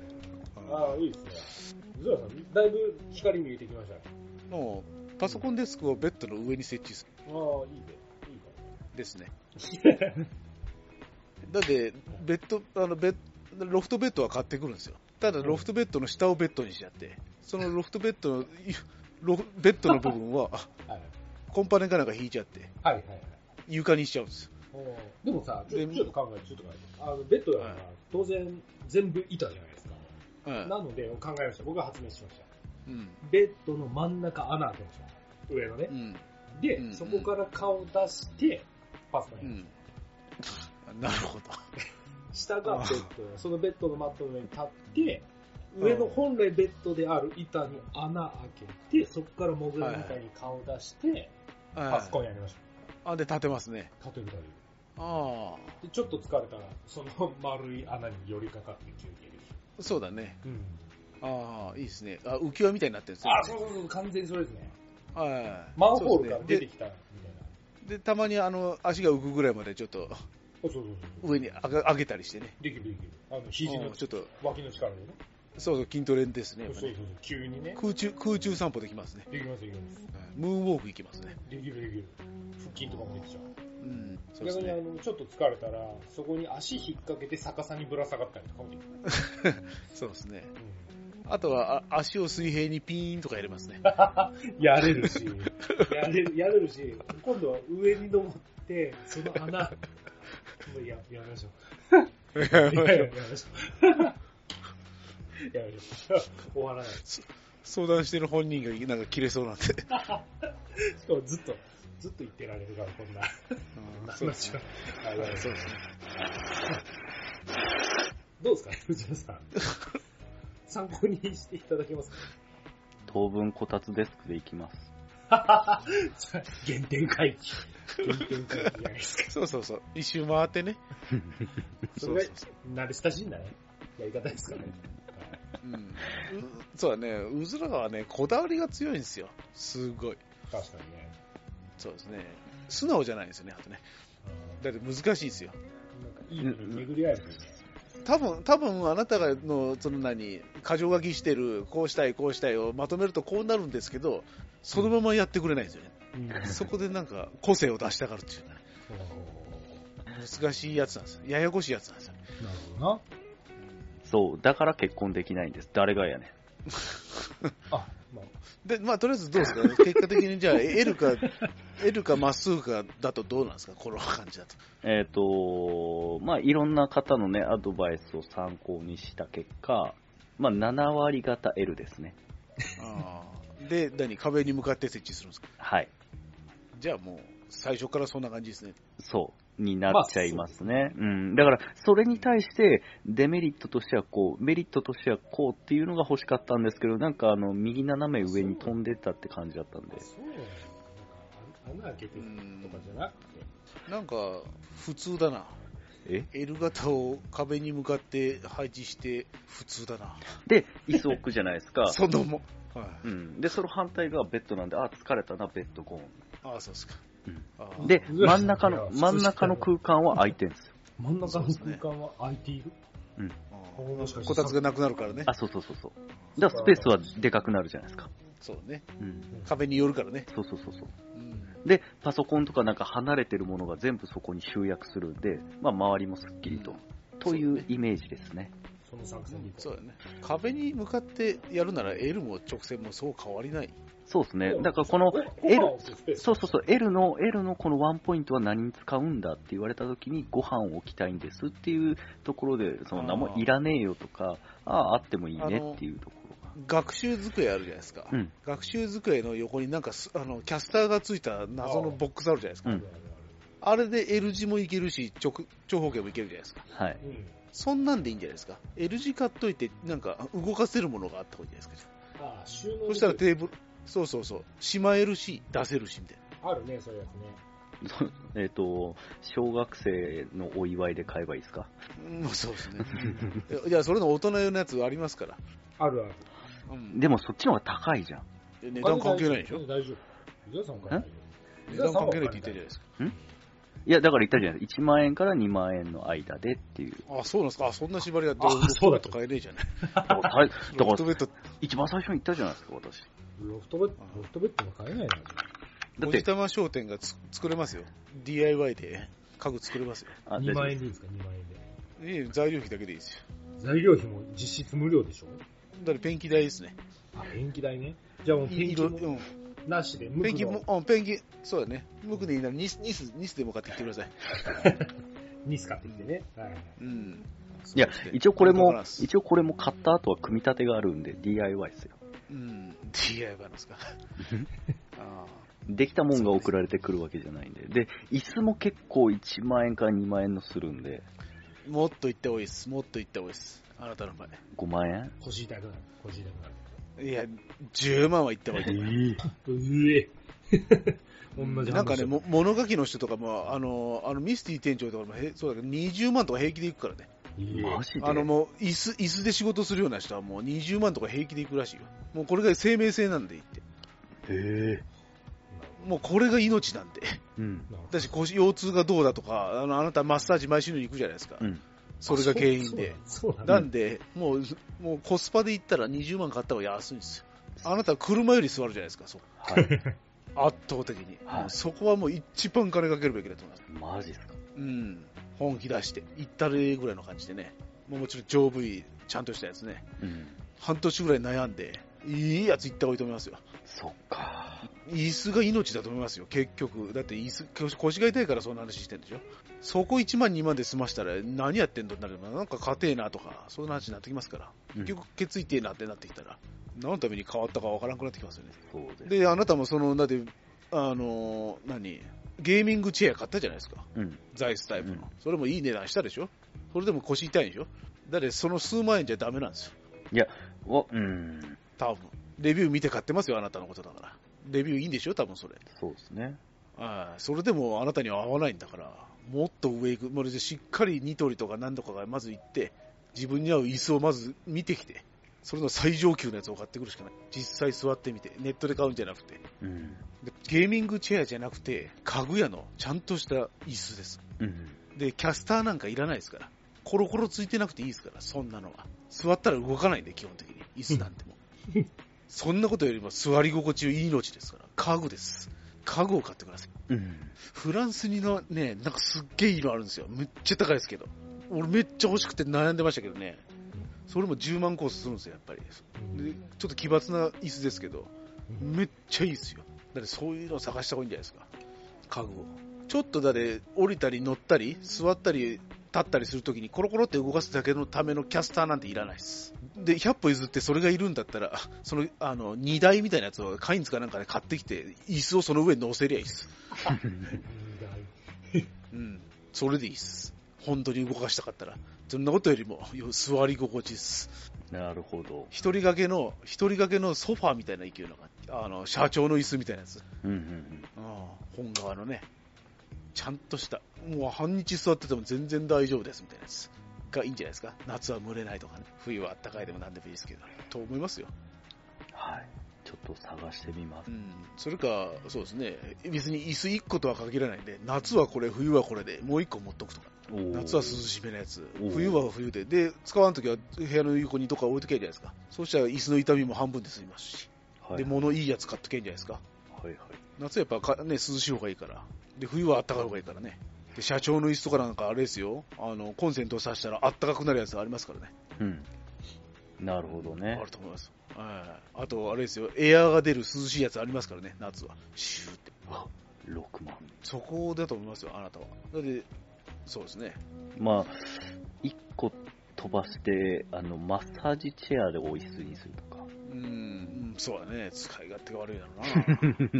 Speaker 2: ほど。ああー、いいですね。ズラさん、だいぶ光見えてきましたね。
Speaker 1: もう、パソコンデスクをベッドの上に設置する
Speaker 2: ああ、いいね。いいか
Speaker 1: です ね。だって、ベッド、あの、ベッロフトベッドは買ってくるんですよ。ただ、ロフトベッドの下をベッドにしちゃって、そのロフトベッドの、いロフベッドの部分は、あ
Speaker 2: な。はい。
Speaker 1: コンパネかなんか引いちゃって、
Speaker 2: はいはいはい。
Speaker 1: 床にしちゃうんですよ。
Speaker 2: おーでもさ、ちょ
Speaker 1: で
Speaker 2: ちょっと考えて、ちょっと考えて。あのベッドだから、
Speaker 1: はい
Speaker 2: 当然全部板じゃないですか。
Speaker 1: うん。
Speaker 2: なので、考えました。僕は発明しました。
Speaker 1: うん。
Speaker 2: ベッドの真ん中穴開けました。上のね
Speaker 1: う。ん。
Speaker 2: で、
Speaker 1: うん
Speaker 2: そこから顔出して、パソコン
Speaker 1: う
Speaker 2: やる、
Speaker 1: ん。 なるほど。
Speaker 2: 下がベッド、そのベッドのマットの上に立って、
Speaker 1: うん
Speaker 2: 上の本来ベッドである板に穴開けて、そこからモグラみたいに顔出して、パソコ
Speaker 1: ン。
Speaker 2: ンやりましょ
Speaker 1: あ、で、立てますね。
Speaker 2: う。例えば例え
Speaker 1: ああ。
Speaker 2: ばで、ちょっと疲れたら、その丸い穴に寄りかかって休憩できる。
Speaker 1: そうだね。
Speaker 2: うん。
Speaker 1: ああ、いいですね。あ浮き輪みたいになってるんですよ、
Speaker 2: あ、そうそうそう、完全にそれですね。
Speaker 1: はい。
Speaker 2: マンホールか
Speaker 1: そう
Speaker 2: ら
Speaker 1: で
Speaker 2: 出
Speaker 1: す
Speaker 2: て
Speaker 1: ね
Speaker 2: きたみたいな。
Speaker 1: でで、たまにあの足が浮くぐらいまでちょっと
Speaker 2: そうそうそうそう。
Speaker 1: 上に上げ上げたりしてね。
Speaker 2: できるできる。あの、肘
Speaker 1: う
Speaker 2: の
Speaker 1: んちょっと、
Speaker 2: 脇の力でね。
Speaker 1: そうそう、筋トレですね。
Speaker 2: そ
Speaker 1: や
Speaker 2: う
Speaker 1: っぱ
Speaker 2: そう
Speaker 1: ね
Speaker 2: そう。急にね。
Speaker 1: 空中、空中散歩できますね。
Speaker 2: できますできます。
Speaker 1: はいムーンウォーク行きますね。
Speaker 2: できるできる。腹筋とかもできちゃう。
Speaker 1: うん、そうです
Speaker 2: 逆にあ
Speaker 1: ね。
Speaker 2: の、ちょっと疲れたら、そこに足引っ掛けて逆さにぶら下がったりとかもできる。
Speaker 1: そうですね。あとは、あ足を水平にピーンとかやれますね。
Speaker 2: やれるし、 やれる、やれるし、今度は上に登って、その穴、もうや、やめましょう。やめましょう。 やめましょう。やめましょう。終わらない。
Speaker 1: 相談してる本人がなんか切れそうなんで。
Speaker 2: しかもずっと、ずっと言ってられるから、こんな。
Speaker 1: うん
Speaker 2: 話
Speaker 1: そうです
Speaker 2: は
Speaker 1: ね。
Speaker 2: はい
Speaker 1: はい
Speaker 2: はい
Speaker 1: そうですね。
Speaker 2: どうですか、藤田さん。参考にしていただけますか
Speaker 3: 当分こたつデスクで行きます。
Speaker 2: 原点回帰。原点回帰じゃないですか。
Speaker 1: そうそうそう。一周回って ね。
Speaker 2: それが慣れ親しんだね。やり方ですかね。
Speaker 1: うん、うそうだね、うずらがはね、こだわりが強いんですよ。すごい。
Speaker 2: 確かにね。
Speaker 1: そうですね。素直じゃないんですよね、あとね。だって難しいですよ。
Speaker 2: なんかいいのに巡り合えてるね。
Speaker 1: 多分、多分あなたがの、その何、過剰書きしてる、こうしたい、こうしたいをまとめるとこうなるんですけど、そのままやってくれないんですよね。そこでなんか、個性を出したがるっていうね。難しいやつなんですよ。ややこしいやつなんですよ。
Speaker 2: なるほどな。
Speaker 3: そう、だから結婚できないんです。誰がやねん。
Speaker 2: あ、まあ、
Speaker 1: で、まあ、とりあえずどうですか、 結果的にじゃあ、L か、L かまっすぐかだとどうなんですか、この感じだと。
Speaker 3: えっ、と、まあ、いろんな方のね、アドバイスを参考にした結果、まあ、7割型 L ですね。
Speaker 1: で、何、壁に向かって設置するんですか
Speaker 3: はい。
Speaker 1: じゃあもう、最初からそんな感じですね。
Speaker 3: そう、になっちゃいますね。うん。だから、それに対して、デメリットとしてはこう、メリットとしてはこうっていうのが欲しかったんですけど、なんかあの、右斜め上に飛んでったって感じだったんで。
Speaker 2: そうなんだ。なんか、穴開けて
Speaker 1: う
Speaker 2: る
Speaker 1: ん
Speaker 2: とかじゃなくて。
Speaker 1: なんか、普通だな。
Speaker 3: え
Speaker 1: L 型を壁に向かって配置して、普通だな。
Speaker 3: で、椅子置くじゃない ですか。
Speaker 1: そのも。はい。
Speaker 3: うん。で、その反対がベッドなんで、あ、疲れたな、ベッドゴー
Speaker 1: ああ、そうですか。
Speaker 3: うん
Speaker 1: あ
Speaker 3: ン。
Speaker 1: あ
Speaker 3: で、
Speaker 2: うわ
Speaker 3: 真ん中 の、
Speaker 2: それは
Speaker 3: 真ん中の空間は空いてるんですよ。
Speaker 2: 真ん中
Speaker 1: 中
Speaker 2: の
Speaker 1: の
Speaker 2: 空
Speaker 1: 空
Speaker 2: 間は空いている
Speaker 1: ああ
Speaker 2: もしかして
Speaker 1: こたつがなくなるからね
Speaker 3: あ、。そうそうそうそう。だからスペースはでかくなるじゃないですか。
Speaker 1: そうね。
Speaker 3: うん。
Speaker 1: 壁によるからね。
Speaker 3: そうそうそうそう。
Speaker 1: うん。
Speaker 3: で、パソコンとかなんか離れてるものが全部そこに集約するんで、まあ、周りもすっきりと。というイメージですね。
Speaker 2: その作戦でいこ
Speaker 1: そうだね。壁に向かってやるなら L も直線もそう変わりない。
Speaker 3: そうですね。だからこの
Speaker 2: ご
Speaker 3: L
Speaker 2: ご飯を置くスペース
Speaker 3: そうそうそう、L の、L のこのワンポイントは何に使うんだって言われたときに、ご飯を置きたいんですっていうところで、その
Speaker 1: あー
Speaker 3: 何もいらねえよとか、ああ、あってもいいねっていうところが。
Speaker 1: 学習机あるじゃないですか。
Speaker 3: うん
Speaker 1: 学習机の横になんかすあのキャスターがついた謎のボックスあるじゃないですか。
Speaker 3: う
Speaker 2: あ
Speaker 3: ん
Speaker 2: るある
Speaker 1: あれで L 字もいけるし、直長方形もいけるじゃないですか。
Speaker 3: はい
Speaker 2: あ。るうん。
Speaker 1: そんなんでいいんじゃないですか。L 字買っといて、なんか動かせるものがあった方がいいじゃないですか。
Speaker 2: ああ、収納
Speaker 1: そしたらテーブル、そうそうそう、しまえるし、出せるしみたい
Speaker 2: あるね、そういうやつね。
Speaker 3: そうえっ、と、小学生のお祝いで買えばいいですか
Speaker 1: な。うん、そうですね。 いや、それの大人用のやつありますから。
Speaker 2: あるある。
Speaker 1: うん、
Speaker 3: でもそっちの方が高いじゃん。
Speaker 1: 値段関係ないでしょ
Speaker 2: 大丈夫。伊沢さんから
Speaker 3: ん
Speaker 1: 値段関係ないって言ったじゃないですか。
Speaker 3: いや、だから言ったじゃないですか。1万円から2万円の間でって いう。
Speaker 1: あ、そうなんですか。あ、そんな縛りが
Speaker 2: あそうだった
Speaker 1: と買えねえじゃない。
Speaker 3: だから、だから
Speaker 1: ロフトベッド
Speaker 3: 一番最初に言ったじゃないですか、私。
Speaker 2: ロフトベッド、ロフトベッドも買えないな。
Speaker 3: だ
Speaker 1: お
Speaker 3: っ
Speaker 1: じ
Speaker 3: て、
Speaker 1: たま商店がつ作れますよ。DIY で家具作れますよ。
Speaker 3: あ
Speaker 2: 2万
Speaker 3: 大丈
Speaker 2: 円
Speaker 3: 夫です
Speaker 2: でいいですか、2万円で。
Speaker 1: いい材料費だけでいいですよ。
Speaker 2: 材料費も実質無料でしょ
Speaker 1: だからペンキ代ですね。
Speaker 2: あ、ペンキ代ね。じゃあもうペン
Speaker 1: い
Speaker 2: キ
Speaker 1: ろ
Speaker 2: も
Speaker 1: うん
Speaker 2: なしで、無
Speaker 1: ペ
Speaker 2: 料
Speaker 1: ンキも、うんペンキ、そうだね。無垢でいいならニス、ニス、ニスでも買ってきてください。
Speaker 2: ニス買ってきてね。はいはい。
Speaker 1: うん。
Speaker 3: いや、一応これ
Speaker 1: そう
Speaker 3: も
Speaker 1: で、すね
Speaker 3: 一応これも買った後は組み立てがあるんで DIY ですよ。
Speaker 1: うん。DIY なんですか。 あ
Speaker 3: できたもんが送られてくるわけじゃないんで。で、椅子も結構1万円から2万円のするんで、
Speaker 1: ーもっと行った方がいいです。もっと行った方がいいです。あなたの場合。
Speaker 3: 5万円
Speaker 2: 腰痛くなる。腰痛くなる。
Speaker 1: いや、10万は行った方がいい。
Speaker 2: うえ 同じ話
Speaker 1: なんかね、も物書きの人とかも、あの、あのミスティ店長とかも、へそうだけど、20万とか平気で行くからね。
Speaker 2: いい
Speaker 3: マジで
Speaker 1: あのもう椅子椅子で仕事するような人はもう20万とか平気でいくらしいよ、もうこれが生命性なんでいって、
Speaker 3: へえ。
Speaker 1: もうこれが命なんで、
Speaker 3: うん。
Speaker 2: なるほど
Speaker 1: だし腰腰痛がどうだとか、あのあなたマッサージ毎週のように行くじゃないですか、
Speaker 3: うん
Speaker 1: それが原因で、。
Speaker 2: そうそうなんだ。
Speaker 1: なんで、もうもうコスパで言ったら20万買った方が安いんですよ、あなたは車より座るじゃないですか、そう
Speaker 3: はい。
Speaker 1: 圧倒的に、
Speaker 3: はい
Speaker 1: もうそこはもう一番金かけるべきだと思います、
Speaker 3: マジですか。
Speaker 1: うん、本気出して、行ったれぐらいの感じでね、もうもちろん丈夫い、ちゃんとしたやつね。
Speaker 3: うん。
Speaker 1: 半年ぐらい悩んで、いいやつ行った方がいいと思いますよ。
Speaker 3: そっか。
Speaker 1: 椅子が命だと思いますよ、結局。だって椅子、腰腰が痛いからそんな話してんでしょ。そこ1万2万で済ましたら何やってんのってなれば、なんか硬えなとか、そんな話になってきますから。
Speaker 3: うん
Speaker 1: 結局、ケツ痛えなってなってきたら、何のために変わったかわからなくなってきますよね。
Speaker 3: そうです。
Speaker 1: で、あなたもその、だって、あの、何ゲーミングチェア買ったじゃないですか。
Speaker 3: うん。
Speaker 1: ザイスタイプの、
Speaker 3: うん
Speaker 1: それもいい値段したでしょ。それでも腰痛いんでしょ。だってその数万円じゃダメなんですよ。
Speaker 3: わ、うん。
Speaker 1: 多分レビュー見て買ってますよ、あなたのことだから。レビューいいんでしょ、多分それ。
Speaker 3: そうですね。
Speaker 1: はい。それでもあなたには合わないんだから、もっと上行く。まるでしっかりニトリとか何とかがまず行って、自分に合う椅子をまず見てきて、それの最上級のやつを買ってくるしかない。実際座ってみて、ネットで買うんじゃなくて。
Speaker 3: うん。
Speaker 1: でゲーミングチェアじゃなくて、家具屋のちゃんとした椅子です。
Speaker 3: うん。
Speaker 1: で、キャスターなんかいらないですから。コロコロついてなくていいですから、そんなのは。座ったら動かないんで、基本的に。椅子なんても。そんなことよりも座り心地いい命ですから。家具です。家具を買ってください。
Speaker 3: うん。
Speaker 1: フランスにのね、なんかすっげえいいのあるんですよ。めっちゃ高いですけど。俺めっちゃ欲しくて悩んでましたけどね。それも10万コースするんですよ、やっぱり。でちょっと奇抜な椅子ですけど、
Speaker 2: うん
Speaker 1: めっちゃいいですよ。だってそういうのを探した方がいいんじゃないですか。家具を。ちょっとだって降りたり乗ったり、座ったり、立ったりするときにコロコロって動かすだけのためのキャスターなんていらないです。で、100歩譲ってそれがいるんだったら、その、あの、荷台みたいなやつをカインズかなんかで買ってきて、椅子をその上に乗せりゃいいです。うん。それでいいです。本当に動かしたかったら。そんなことよりも、よ座り心地です。
Speaker 3: なるほど。
Speaker 1: 一人掛けの、一人掛けのソファーみたいな勢いのが、あの、社長の椅子みたいなやつ。
Speaker 3: うんうん
Speaker 1: 本側のね、ちゃんとした、もう半日座ってても全然大丈夫ですみたいなやつがいいんじゃないですか。夏は蒸れないとかね、冬は暖かいでも何でもいいですけど、と思いますよ。
Speaker 3: うん。はい。ちょっと探してみます
Speaker 1: う。ん、それか、そうですね、別に椅子1個とは限らないんで、夏はこれ、冬はこれで、もう1個持っとくとか、
Speaker 3: おー
Speaker 1: 夏は涼しめのやつ
Speaker 3: おー、
Speaker 1: 冬は冬で、で、使わんときは部屋の横にどっか置いとけばいいじゃないですか。そうしたら椅子の痛みも半分で済みますし、
Speaker 3: はい
Speaker 1: で、物いいやつ買っとけばいいんじゃないですか。
Speaker 3: はいはい。
Speaker 1: 夏はやっぱか、ね、涼しい方がいいから。で、冬は暖かい方がいいからね。で、社長の椅子とかなんかあれですよ。あの、コンセントを挿したら暖かくなるやつありますからね。
Speaker 3: うん。なるほどね
Speaker 1: あ。ると思います。はい。あと、あれですよ。エアーが出る涼しいやつありますからね、夏は。シューって。
Speaker 3: あ6万。
Speaker 1: そこだと思いますよ、あなたは。だって、そうですね。
Speaker 3: まあ、1個飛ばして、あの、マッサージチェアでお椅子にすると か。
Speaker 1: うん、うんそうだね。使い勝手が悪いだろ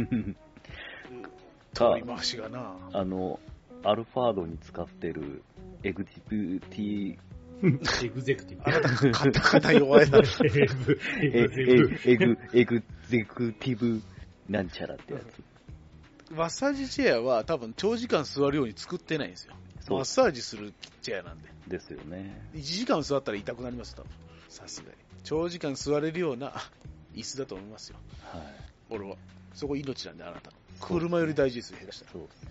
Speaker 1: うな。
Speaker 3: か
Speaker 1: 取り、回しがな。
Speaker 3: あの、アルファードに使ってるエグゼクティ
Speaker 2: エグゼクティ
Speaker 1: あなた、カタカタ弱いな。
Speaker 2: ブ。
Speaker 3: え
Speaker 2: エグゼク
Speaker 3: えエグ、エグゼクティブなんちゃらってやつ。
Speaker 1: マッサージチェアは多分長時間座るように作ってないんですよ。マ
Speaker 3: そう
Speaker 1: ッサージするチェアなんで。
Speaker 3: ですよね。
Speaker 1: 1時間座ったら痛くなりますよ、多分さすがに。長時間座れるような 椅子だと思いますよ、
Speaker 3: はい。
Speaker 1: 俺は。そこ命なんで、あなたの。
Speaker 3: そう
Speaker 1: 車より大事ですよ、下手したら。
Speaker 3: そうですね。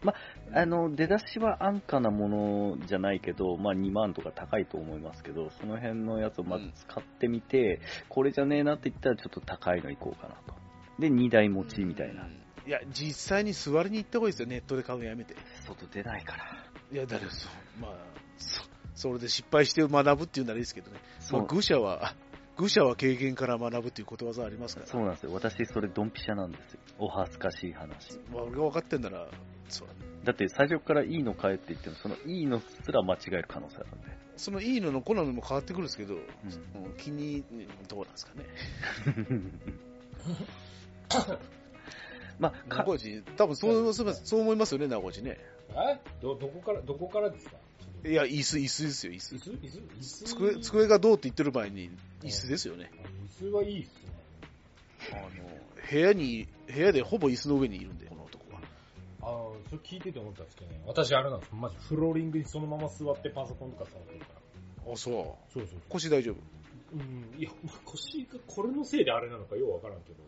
Speaker 3: まあ、あの、出だしは安価なものじゃないけど、まあ2万とか高いと思いますけど、その辺のやつをまず使ってみて、これじゃねえなって言ったらちょっと高いのいこうかなと。で、2台持ちみたいな。
Speaker 1: うん。いや、実際に座りに行った方がいいですよ、ネットで買うのやめて。
Speaker 3: 外出ないから。
Speaker 1: いや、だけどそう、まあ、そそれで失敗して学ぶっていうならいいですけどね。
Speaker 3: そ
Speaker 1: まあ、
Speaker 3: う、
Speaker 1: 愚者は、愚者は経験から学ぶっていうことわざありますから。
Speaker 3: そうなんですよ。私、それドンピシャなんですよ。お恥ずかしい話。
Speaker 1: まあ、俺が分かってんなら、そうだね
Speaker 3: だって最初からいいの買えって言っても、そのいいのすら間違える可能性あるんで。
Speaker 1: そのいいのの好みも変わってくるんですけど、うん気に、うんどうなんですかね。
Speaker 3: まあ、
Speaker 1: 名
Speaker 3: か
Speaker 1: 古屋人、多分そうそうそう思いますよね、名古屋人ね。
Speaker 2: えど、どこから、どこからですか
Speaker 1: いや、椅子、椅子ですよ、椅
Speaker 2: 椅
Speaker 1: 子。
Speaker 2: 子椅子椅子
Speaker 1: 机机がどうって言ってる前に、椅子ですよね。
Speaker 2: 椅子はいいっすね。
Speaker 1: あの、部屋に、部屋でほぼ椅子の上にいるんで、この男は。
Speaker 2: あの、それ聞いてて思ったんですけどね。私あれなんですマジフローリングにそのまま座ってパソコンとか触ってるから。
Speaker 1: あ、そう。
Speaker 2: そうそう
Speaker 1: 腰大丈夫。
Speaker 2: うん、いや、まあ腰がこれのせいであれなのかようわからんけど、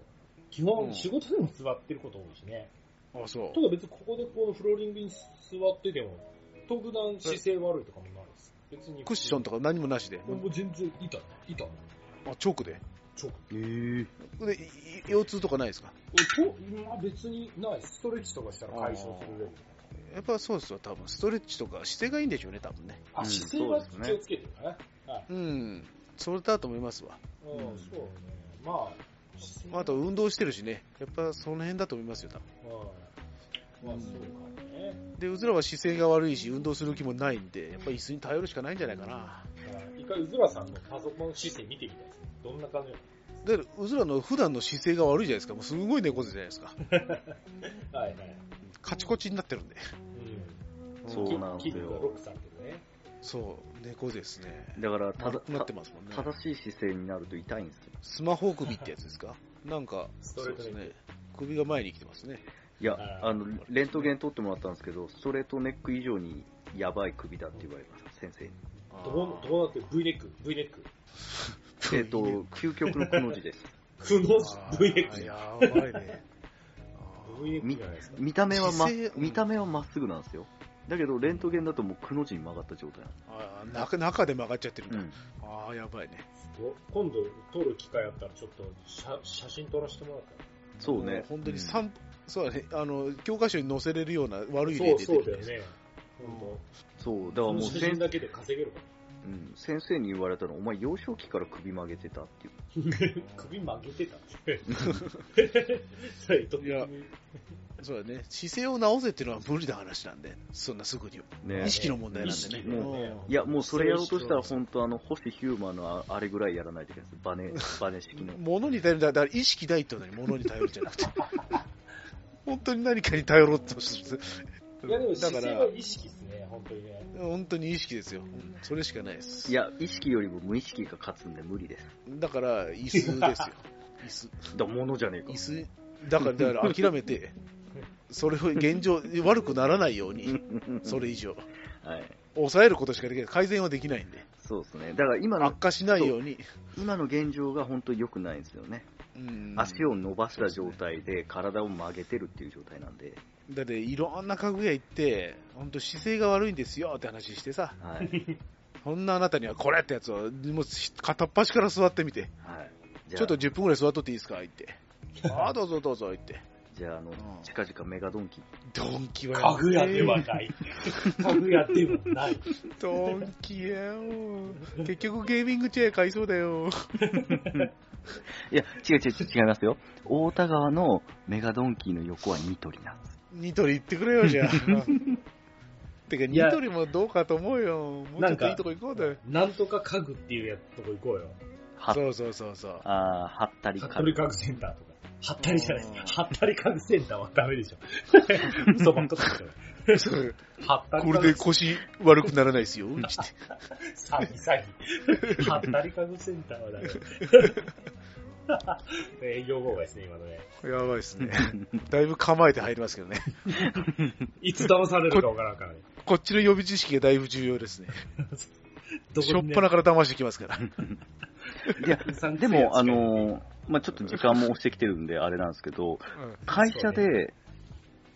Speaker 2: 基本仕事でも座ってること多いしね。
Speaker 1: あ、そう
Speaker 2: と。か別にここでこのフローリングに座ってても、特段姿勢悪いとかもないです。別に。
Speaker 1: クッションとか何もなしで。
Speaker 2: もう全然板、板、
Speaker 1: あ、チョークで。
Speaker 2: ちょっ
Speaker 3: えー、
Speaker 1: で、いい腰痛とかないですか
Speaker 2: と、今別にない。ストレッチとかしたら解消するレベル。
Speaker 1: やっぱそうですよ、多分。ストレッチとか姿勢がいいんでしょうね、多分ね。
Speaker 2: あ、
Speaker 3: うん
Speaker 2: 姿勢は
Speaker 3: そうですね
Speaker 2: 気をつけてるかね。はい。
Speaker 1: うん。それだと思いますわ。
Speaker 2: うん、そうね。まあ、姿勢
Speaker 1: あと、運動してるしね。やっぱその辺だと思いますよ、多分。
Speaker 2: はいまあ、そうかね。
Speaker 1: で、うずらは姿勢が悪いし、運動する気もないんで、やっぱ椅子に頼るしかないんじゃないかな。
Speaker 2: 一回、うずらさんのパソコン姿勢見てみたいですね。どんな感じな
Speaker 1: だから、うずらの普段の姿勢が悪いじゃないですか。もうすごい猫背じゃないですか。
Speaker 2: のはいはい。
Speaker 1: カチコチになってるんで。
Speaker 2: うん。
Speaker 3: そうなんですよ
Speaker 2: 筋肉がロックされてるね。
Speaker 1: そう、猫背ですね。
Speaker 3: だからた
Speaker 1: 丸
Speaker 3: だ
Speaker 1: くなってますもんね。
Speaker 3: た正しい姿勢になると痛いんですよ。
Speaker 1: スマホ首ってやつですかなんか、
Speaker 2: スト
Speaker 1: そ
Speaker 2: レ
Speaker 1: う
Speaker 2: ー
Speaker 1: で
Speaker 2: ト
Speaker 1: す
Speaker 2: ネック
Speaker 1: ね。首が前に来てますね。
Speaker 3: いや、
Speaker 2: あー
Speaker 3: あの、レントゲン取ってもらったんですけど、ストレートネック以上にやばい首だって言われました、先生に。
Speaker 2: どう、どうなってる ?V ネック、V ネック。
Speaker 3: えっ、と、究極のくの字です。
Speaker 2: くの
Speaker 1: あ
Speaker 2: V ネッ
Speaker 1: ー
Speaker 2: ク。
Speaker 1: やばいね。
Speaker 2: V ネックじゃないですか。
Speaker 3: 見た目はま、
Speaker 1: 姿勢うん
Speaker 3: 見た目はまっすぐなんですよ。だけど、レントゲンだともうくの字に曲がった状態なんです。
Speaker 1: あー中中で曲がっちゃってるん
Speaker 3: う
Speaker 1: だ。
Speaker 3: ん。
Speaker 1: ああ、やばいね。
Speaker 2: お今度撮る機会あったらちょっと写写真撮らせてもらったら。
Speaker 3: そうね
Speaker 1: も本当
Speaker 3: う
Speaker 1: に
Speaker 3: ん
Speaker 1: 散歩、そうだね。あの、教科書に載せれるような悪い
Speaker 2: そ
Speaker 1: 例
Speaker 2: う
Speaker 1: で
Speaker 2: そうだよね。
Speaker 1: うん
Speaker 2: 本
Speaker 3: そう、だか
Speaker 2: 当。
Speaker 3: ら
Speaker 2: この
Speaker 3: もう
Speaker 2: 写
Speaker 3: 先
Speaker 2: 真だけで稼げる から。
Speaker 3: うん、先生に言われたの、お前幼少期から首曲げてたっていう。
Speaker 2: 首曲げてたって。それ撮って
Speaker 1: い
Speaker 2: み
Speaker 1: やそうだね。姿勢を直せっていうのは無理な話なんで、そんなすぐには。
Speaker 3: ね
Speaker 1: 意識の問題なん
Speaker 2: 意
Speaker 1: で
Speaker 2: 識
Speaker 1: ね。
Speaker 2: の
Speaker 1: う
Speaker 2: 問題
Speaker 1: ん
Speaker 3: いや、もうそれやろうとしたら、本当あの、星ヒューマンのああれぐらいやらないといけないです。バネ、バネ式の。
Speaker 1: 物に頼るんだだから意識ないってことに物に頼るんじゃなくて 本当に何かに頼ろうとする
Speaker 2: いやでも
Speaker 1: だ
Speaker 2: 姿
Speaker 1: か
Speaker 2: 勢は
Speaker 1: ら
Speaker 2: 意識ですね、本当にね。
Speaker 1: 本当に意識ですようんそれしかないです
Speaker 3: いや、意識よりも無意識が勝つんで無理です。
Speaker 1: だから椅子ですよ
Speaker 3: だ、ものじゃねえか
Speaker 1: 椅。子椅子だからだから諦めてそれを現状悪くならないようにそれ以上
Speaker 3: はい。
Speaker 1: 抑えることしかできない改善はできないんで
Speaker 3: そうですね。だから今の
Speaker 1: 悪、化しないように
Speaker 3: 今の現状が本当に良くないんですよね。
Speaker 1: うん
Speaker 3: 足を伸ばした状態で体を曲げてるっていう状態なんで。
Speaker 1: だっていろんな家具屋行って本当姿勢が悪いんですよって話してさ
Speaker 3: はい。
Speaker 1: そんなあなたにはこれってやつをもう片っ端から座ってみて
Speaker 3: はい。じゃあ
Speaker 1: ちょっと、10分ぐらい座っとっていいですか言 って。ああ、どうぞどうぞ言って。
Speaker 3: じゃあ、あの、
Speaker 1: ん
Speaker 3: 近々メガドンキ。
Speaker 1: ドンキは
Speaker 2: 家具屋では
Speaker 1: ね
Speaker 2: ない。家具屋ではない。
Speaker 1: ドンキやよ。結局ゲーミングチェア買いそうだよ。
Speaker 3: いや、違う違う違う違いますよ。大田川のメガドンキの横はニトリなんです。
Speaker 1: ニトリ行ってくれよ、 じゃあ。てか、
Speaker 2: い
Speaker 1: ニ
Speaker 2: や
Speaker 1: トリもどうかと思うよ。もうちょっといいとこ行こうだよ。
Speaker 2: なんとか家具っていうやつとこ行こうよ。
Speaker 3: は
Speaker 1: そうそうそう そう。
Speaker 3: あーはったり
Speaker 2: 服
Speaker 3: か
Speaker 2: 部
Speaker 3: る。
Speaker 2: 家具センターとか。はったりじゃない
Speaker 1: うん
Speaker 2: です。はったり家具センターはダメでしょ。嘘ばっかつけてる
Speaker 1: そう
Speaker 2: はったり
Speaker 1: こ
Speaker 2: 家
Speaker 1: れで
Speaker 2: 具
Speaker 1: 腰悪くならないですよ。つって
Speaker 2: 詐欺詐欺。はったり家具センターはダメだよ。営業妨害ですね、今のね。
Speaker 1: やばいですね。だいぶ構えて入りますけど ね。
Speaker 2: いつ騙されるかわからんからね。
Speaker 1: こっちの予備知識がだいぶ重要ですね。
Speaker 2: ど
Speaker 1: しょ
Speaker 2: こ
Speaker 1: っ
Speaker 2: にね
Speaker 1: ぱなから騙してきますから。
Speaker 3: いや、
Speaker 2: うさんく
Speaker 3: で
Speaker 2: せ えやつ
Speaker 3: も、
Speaker 2: が
Speaker 3: あのーまあ、ちょっと時間も押してきてるんで、あれなんですけど、
Speaker 1: うん
Speaker 3: 会社で、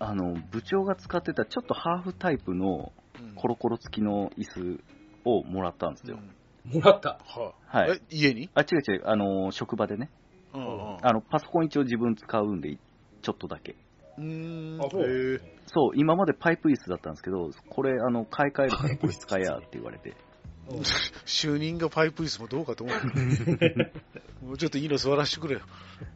Speaker 3: あの、部長が使ってたちょっとハーフタイプの
Speaker 1: うん
Speaker 3: コロコロ付きの椅子をもらったんですよ。
Speaker 1: うん
Speaker 2: もらった。
Speaker 1: はあ
Speaker 3: はい。
Speaker 1: え、家に
Speaker 3: あ、違う違う、あのー、職場でね、
Speaker 1: うん
Speaker 3: あの、パソコン一応自分使うんで、ちょっとだけ。
Speaker 1: うん。
Speaker 2: あ、そう
Speaker 1: へ ー。
Speaker 3: そう、今までパイプ椅子だったんですけど、これ、あの、買い替えるからこれ使えやって言われて。
Speaker 2: うん
Speaker 1: 就任がパイプ椅子もどうかと思う。 もうちょっといいの座らせてくれよ。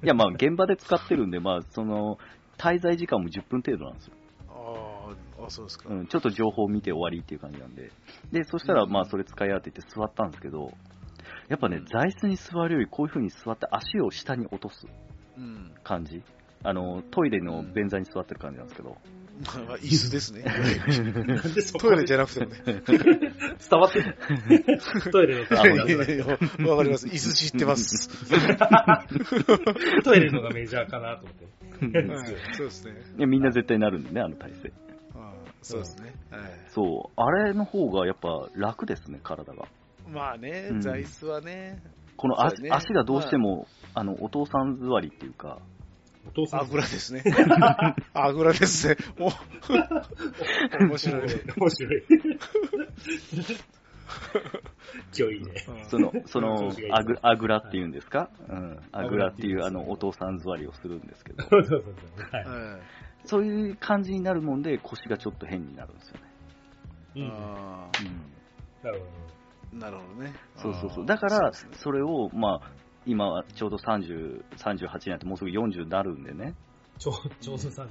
Speaker 3: いや、まあ、現場で使ってるんで、まあ、その、滞在時間も10分程度なんですよ。
Speaker 1: あーあ、そうですか。
Speaker 3: うん、ちょっと情報を見て終わりっていう感じなんで。で、そしたら、
Speaker 1: うん
Speaker 3: まあ、それ使い合って言って座ったんですけど、やっぱ
Speaker 1: う
Speaker 3: ね
Speaker 1: ん、
Speaker 3: 座椅子に座るより、こういう風に座って足を下に落とす
Speaker 1: うん。
Speaker 3: 感じ。あの、トイレの便座に座ってる感じなんですけど。
Speaker 1: まあまあ、椅子です ね。
Speaker 2: なんでそこ
Speaker 1: トイレ
Speaker 2: で
Speaker 1: じゃなくても ね。
Speaker 2: 伝わってるトイレの
Speaker 1: い
Speaker 2: が
Speaker 1: や
Speaker 2: メ
Speaker 1: い
Speaker 2: ジャー
Speaker 1: やいやわかります。椅子知ってます。
Speaker 2: トイレのがメジャーかなと思って。
Speaker 1: うん そうですね。
Speaker 3: いやみんな絶対なるんでね、あの体勢。
Speaker 1: あーそうですね。はい
Speaker 3: そう、あれの方がやっぱ楽ですね、体が。
Speaker 1: あまあね
Speaker 3: う、ん
Speaker 1: 座椅子はね、
Speaker 3: この足,、
Speaker 1: そうね
Speaker 3: 足がどうしても、あの、お父さん座りっていうか、
Speaker 2: お父さん。
Speaker 1: あぐらです ね。あぐらですね。もう、面白い。
Speaker 2: 面白い。今日いいね。
Speaker 1: うん
Speaker 3: その、その
Speaker 2: 調子がいい、
Speaker 3: あぐあぐらっていうんですか、うん。あぐらってい
Speaker 2: あぐらっていうん
Speaker 3: う、あ
Speaker 2: ですね
Speaker 3: の、お父さん座りをするんですけど、
Speaker 2: そうそうそうそう。は
Speaker 1: は
Speaker 3: そういう感じになるもんで、腰がちょっと変になるんですよね。
Speaker 2: い。
Speaker 1: い。
Speaker 2: うん。
Speaker 1: あ
Speaker 3: うん
Speaker 2: なるほど。
Speaker 1: ーなるほどね。
Speaker 3: そうそうそ
Speaker 1: あ
Speaker 3: う。
Speaker 1: ー
Speaker 3: だから、
Speaker 1: そうですね
Speaker 3: それを、まあ、今はちょうど30、38になって、もうすぐ40になるんでね。
Speaker 2: ちょちょうど38。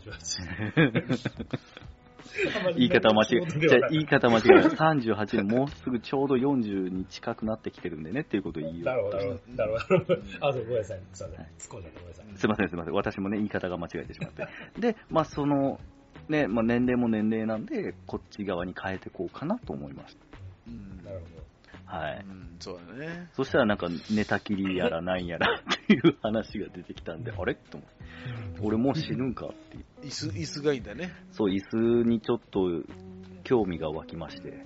Speaker 3: 言い方間違え、じゃあ言い方間違えない。38でもうすぐちょうど40に近くなってきてるんでねっていうことを言いよ
Speaker 2: なるほど、なるほど。なるほど。あ、そうごめんなさい。すいません。突っ込んじゃったごめんなさい。
Speaker 3: すいません、すいません。私もね、言い方が間違えてしまって。で、まあ、その、ね、まあ、年齢も年齢なんで、こっち側に変えてこうかなと思いまし
Speaker 1: うん
Speaker 2: なるほ
Speaker 3: た。はい。
Speaker 1: うんそうだね。
Speaker 3: そしたらなんか、寝たきりやらなんやらっていう話が出てきたんで、あれと思って、
Speaker 2: ど。
Speaker 3: 俺もう死ぬんかっていう。
Speaker 1: 椅子、椅子がいいんだね。
Speaker 3: そう、椅子にちょっと興味が湧きまして、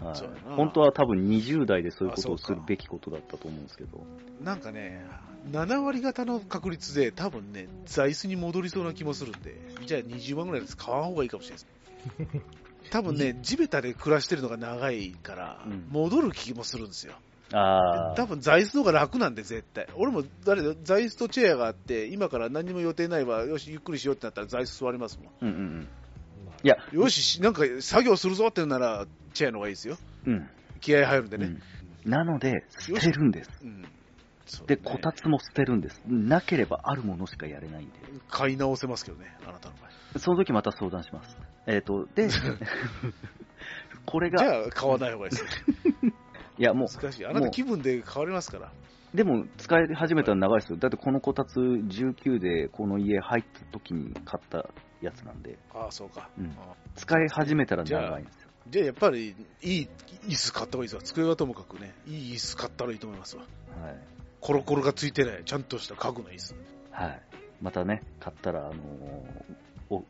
Speaker 2: うん
Speaker 3: は、
Speaker 1: そうやない
Speaker 3: 本当は多分20代でそういうことを
Speaker 1: あそ
Speaker 3: す
Speaker 1: う
Speaker 3: る
Speaker 1: か
Speaker 3: べきことだったと思うんですけど、
Speaker 1: なんかね、7割方の確率で、多分ね、座椅子に戻りそうな気もするんで、じゃあ20万ぐらいのやつ買わん方がいいかもしれない です。多分ね、地べたで暮らしてるのが長いから
Speaker 3: うん、
Speaker 1: 戻る気もするんですよ。
Speaker 3: あ
Speaker 1: 多分座椅子の方が楽なんで、絶対。俺も誰だ、座椅子とチェアがあって、今から何にも予定ないわ、よし、ゆっくりしようってなったら座椅子座りますも
Speaker 3: うんうん
Speaker 2: いや、
Speaker 1: ん。よしし、なんか作業するぞって言うなら、チェアの方がいいですよ。
Speaker 3: うん。うん。
Speaker 1: 気合入るんで
Speaker 3: う
Speaker 1: ね
Speaker 3: ん。なので、捨てるんです。
Speaker 1: うん。そう
Speaker 3: で、
Speaker 1: ね
Speaker 3: こたつも捨てるんです。なければあるものしかやれないんで。
Speaker 1: 買い直せますけどね、あなたの場合。
Speaker 3: その時また相談します。えっ、と、 で、これ
Speaker 1: じ
Speaker 3: が、
Speaker 1: ゃあ、買わない方がいいですよ。
Speaker 3: いやも
Speaker 1: 難しい。あなた気分で変わりますから。
Speaker 3: う、でも使い始めたら長いですよ。だってこのこたつ19でこの家入った時に買ったやつなんで、
Speaker 1: ああ、そうか。
Speaker 3: うん
Speaker 1: ああ
Speaker 3: 使い始めたら長いんですよ。
Speaker 1: じゃあ、やっぱり、いい椅子買った方がいいですわ。机はともかくね、いい椅子買ったらいいと思いますわ。
Speaker 3: はい。
Speaker 1: コロコロがついてない、ちゃんとした家具の椅子。
Speaker 3: はい。またね、買ったら、あのーお、お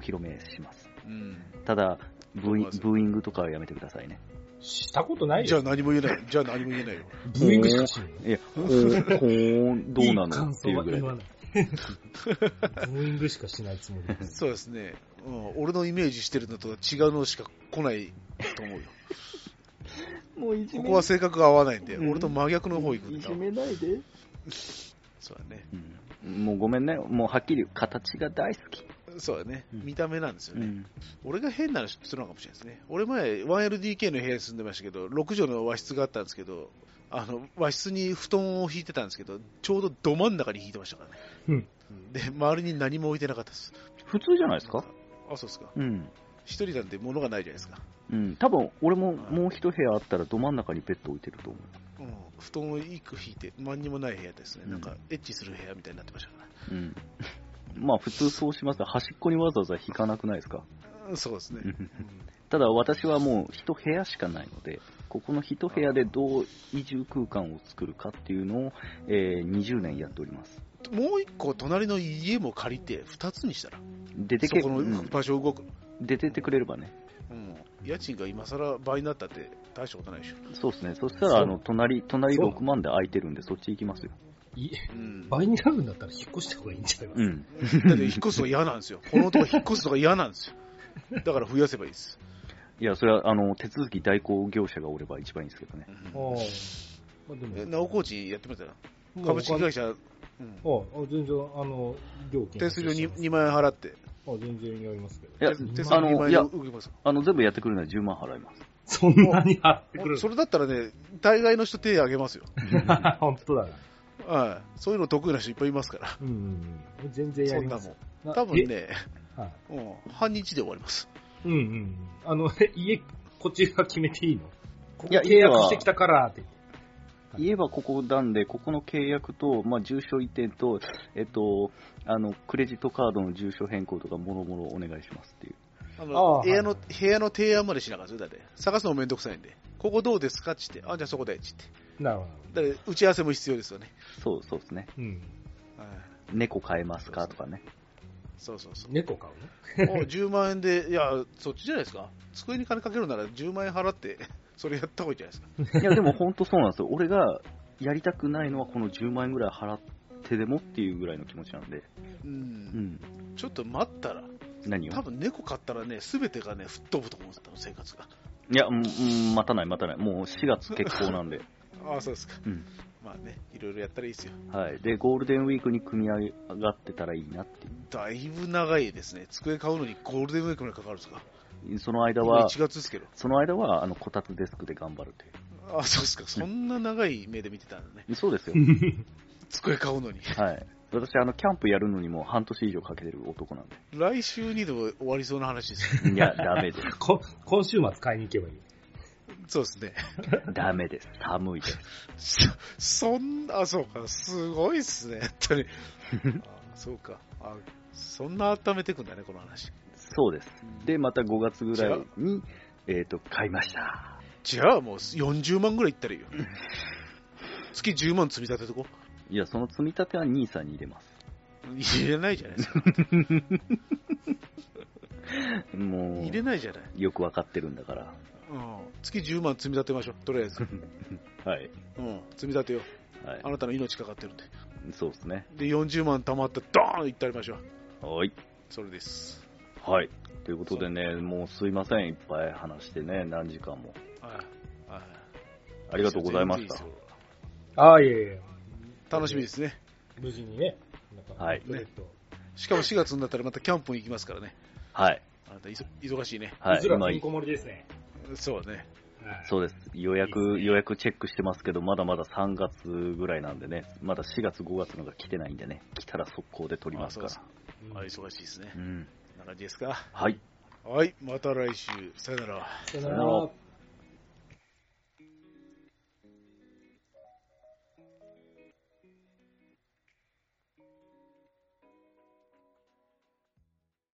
Speaker 3: 披露目します。
Speaker 1: うん。
Speaker 3: ただ、ブーイン
Speaker 1: そうそう
Speaker 3: ブーイングとかはやめてくださいね。
Speaker 2: したことない
Speaker 1: じゃ
Speaker 2: よ
Speaker 1: あ。何も言えない。じゃあ何も言えないよ。
Speaker 2: ブーイングしかしないよ。
Speaker 3: いや、ほーほーどうない
Speaker 2: い
Speaker 3: の
Speaker 2: 感
Speaker 3: って
Speaker 2: 想
Speaker 3: いう
Speaker 2: は
Speaker 3: ぐらい
Speaker 2: 言わ
Speaker 3: で。
Speaker 2: ない。ブーイングしかしないつもりです。
Speaker 1: そうですね、うん。俺のイメージしてるのとは違うのしか来ないと 思うよ。
Speaker 3: もうい
Speaker 1: ここは性格が合わないんで、
Speaker 3: うん
Speaker 1: 俺と真逆の方行くんだ。
Speaker 3: ないで。
Speaker 1: そうだね。
Speaker 3: うん、もうごめんね、もうはっきり形が大好き。
Speaker 1: そうだね。
Speaker 3: うん
Speaker 1: 見た目なんですよ
Speaker 3: う
Speaker 1: ね。
Speaker 3: ん、
Speaker 1: 俺が変な人なのかもしれないですね。俺前、1LDK の部屋に住んでましたけど、6畳の和室があったんですけど、あの、和室に布団を敷いてたんですけど、ちょうどど真ん中に敷いてましたからね。
Speaker 2: うん
Speaker 1: で、周りに何も置いてなかったです。
Speaker 3: 普通じゃないですか
Speaker 1: あ、そうですか。
Speaker 3: うん。
Speaker 1: 一人なんて物がないじゃないですか。
Speaker 3: うん、多分俺ももう一部屋あったらど真ん中にベッド置いてると思う。
Speaker 1: うん、布団を一個引いて、何にもない部屋ですね、
Speaker 3: うん
Speaker 1: なんかエッチする部屋みたいになってましたか
Speaker 3: うん。まあ普通そうしますが端っこにわざわざ引かなくないですか
Speaker 1: ら、うんそうですね、
Speaker 3: うん
Speaker 1: うん
Speaker 3: ただ私はもう一部屋しかないので、ここの一部屋でどう移住空間を作るかっていうのを、えー20年やっております。
Speaker 1: もう一個、隣の家も借りて、二つにしたら、
Speaker 3: 出て
Speaker 1: そ
Speaker 3: け、
Speaker 1: こ
Speaker 3: う
Speaker 1: の
Speaker 3: ん
Speaker 1: 場所動く、
Speaker 3: 出てってくれればね。
Speaker 1: うん、家賃が今更倍になったって、大したことないでしょ、
Speaker 3: そうですね。そしたら、あの、隣、隣
Speaker 2: そう
Speaker 3: 6万で空いてるんで、そっち行きますよ。
Speaker 2: い
Speaker 1: うん、だ
Speaker 2: 倍になるんだったら引っ越した方がいいんちゃいます
Speaker 3: う
Speaker 2: か
Speaker 3: ん。
Speaker 1: って引っ越すの嫌なんですよ、この男、引っ越すのが嫌なんですよ、だから増やせばいいです、
Speaker 3: いや、それは、あの、手続き代行業者がおれば一番いいんですけどね。
Speaker 1: うん、
Speaker 2: ああ。まあ
Speaker 1: え
Speaker 2: で
Speaker 1: 直
Speaker 2: も、
Speaker 1: コーチやってましたよ
Speaker 2: もう
Speaker 1: 株式
Speaker 2: お金
Speaker 1: 会社、うん、
Speaker 2: ああ、全然、あの、料金。
Speaker 1: 手数料 2, 万円払って、
Speaker 2: あ全然やりますけど。
Speaker 3: いや
Speaker 1: 手数料
Speaker 3: あ
Speaker 1: 2
Speaker 3: の、
Speaker 1: 万
Speaker 3: い
Speaker 1: 円
Speaker 3: や、
Speaker 1: 受けます。
Speaker 3: あの、全部やってくるのは10万払い ます。
Speaker 2: そんなに払ってくる
Speaker 1: それだったらね、大概の人手あげますよ。
Speaker 2: の 本当だな。
Speaker 1: はい。そういうの得意な人いっぱいいますから。
Speaker 2: うんうんうん。全然や
Speaker 1: そ
Speaker 2: り
Speaker 1: んな
Speaker 2: ます
Speaker 1: もん。。
Speaker 2: な
Speaker 1: 多分。ね、
Speaker 2: えはい
Speaker 1: うん、半日で終わります。
Speaker 2: うんうんうん。あの、 え家、こっちが決めていいのここ
Speaker 3: いや
Speaker 2: 契約してきたからって。はい
Speaker 3: 言えばここなんで、ここの契約と、まあ、住所移転と、えっと、あの、クレジットカードの住所変更とか、もろもろお願いしますっていう。
Speaker 1: あ
Speaker 2: あ
Speaker 1: の
Speaker 2: ー
Speaker 1: 部屋の、
Speaker 2: はい
Speaker 1: 部屋の提案までしなかったですよ、だって。探すのもめんどくさいんで。ここどうですかって言って、あ、じゃあそこでって
Speaker 2: なるほど。
Speaker 1: 言って。だから打ち合わせも必要ですよね。
Speaker 3: そう、そうですね。
Speaker 2: うん。
Speaker 1: はい。
Speaker 3: 猫飼えますかとか ね。
Speaker 1: そうそう そ
Speaker 2: 猫買うの
Speaker 1: う。もう10万円で、いや、そっちじゃないですか。机に金かけるなら10万円払って、 それやった方がいいじゃないですか。
Speaker 3: いや、でも本当そうなんですよ。俺がやりたくないのはこの10万円ぐらい払ってでもっていうぐらいの気持ちなんで。
Speaker 1: う。
Speaker 3: うんん。
Speaker 1: ちょっと待ったら、
Speaker 3: 何を
Speaker 1: 多分猫飼ったらね、すべてがね、吹っ飛ぶと思うんですよ、多分生活が。
Speaker 3: いや、うんうん待たない待たない。もう4月結構なんで。
Speaker 1: ああ、そうですか。
Speaker 3: うん
Speaker 1: まあね、いろいろやったらいいですよ。
Speaker 3: はい。で、ゴールデンウィークに組み上がってたらいいなって
Speaker 1: だいぶ長いですね。机買うのにゴールデンウィークまでかかるんですか。
Speaker 3: いう。その間
Speaker 1: 今
Speaker 3: は、
Speaker 1: 1月ですけど。
Speaker 3: その間は、あの、こたつデスクで頑張るとい
Speaker 1: ああ、そうですか。そんな長い目で見てたんだね。
Speaker 3: う。そうですよ。
Speaker 1: 机買うのに。
Speaker 3: はい。私、あの、キャンプやるのにもう半年以上かけてる男 なんで。
Speaker 1: 来週にでも終わりそうな話ですね。
Speaker 3: いや、ダメで す。
Speaker 2: こ今週末買いに行けばいい。
Speaker 1: そうですね。
Speaker 3: ダメです。寒いです。
Speaker 1: そそんな、あそうか、すごいっすね、本当に。あそうかあ、そんな温めてくんだね、この話。
Speaker 3: そうです。で、また5月ぐらいに、えっ、と、買いました。
Speaker 1: じゃあもう40万ぐらいいったらいいよ。月10万積み立てとこ。
Speaker 3: いや、その積み立ては兄さんに入れます。
Speaker 1: 入れないじゃないですか。
Speaker 3: も
Speaker 1: 入れないじゃない。
Speaker 3: う、よくわかってるんだから。
Speaker 1: うん、月10万積み立てましょう、とりあえず。
Speaker 3: はい。
Speaker 1: うん、積み立てよう。
Speaker 3: はい
Speaker 1: あ。なたの命かかってるんで。
Speaker 3: そうですね。
Speaker 1: で、40万貯まって、ドーンいってありましょう。
Speaker 3: はい。
Speaker 1: それです。
Speaker 3: はい。ということでね、もうすいません。いっぱい話してね、何時間も。
Speaker 1: はい。はい、
Speaker 3: ありがとうございました。
Speaker 2: ああ、いえいえ。
Speaker 1: 楽しみですね。
Speaker 2: 無事にね、なんか
Speaker 3: はい
Speaker 2: アウトレット
Speaker 1: しかも4月になったらまたキャンプに行きますからね。
Speaker 3: はい。
Speaker 1: あなたいそ忙しいね。
Speaker 3: は
Speaker 2: う
Speaker 3: い。
Speaker 2: ずら
Speaker 3: 今
Speaker 2: てん、こ盛りですね。
Speaker 1: そうね。
Speaker 2: はい
Speaker 3: そうです。予
Speaker 2: いいです
Speaker 3: 約、
Speaker 2: ね
Speaker 3: 予約チェックしてますけど、まだまだ3月ぐらいなんでね、まだ4月、5月のが来てないんでね、来たら速攻で取りますから
Speaker 1: あ。そう
Speaker 2: うん
Speaker 1: あ忙しいですね
Speaker 3: う。ん。
Speaker 1: こんな感じですか。
Speaker 3: はい。
Speaker 1: はい、また来週。さよなら。
Speaker 2: さよ
Speaker 3: さよなら。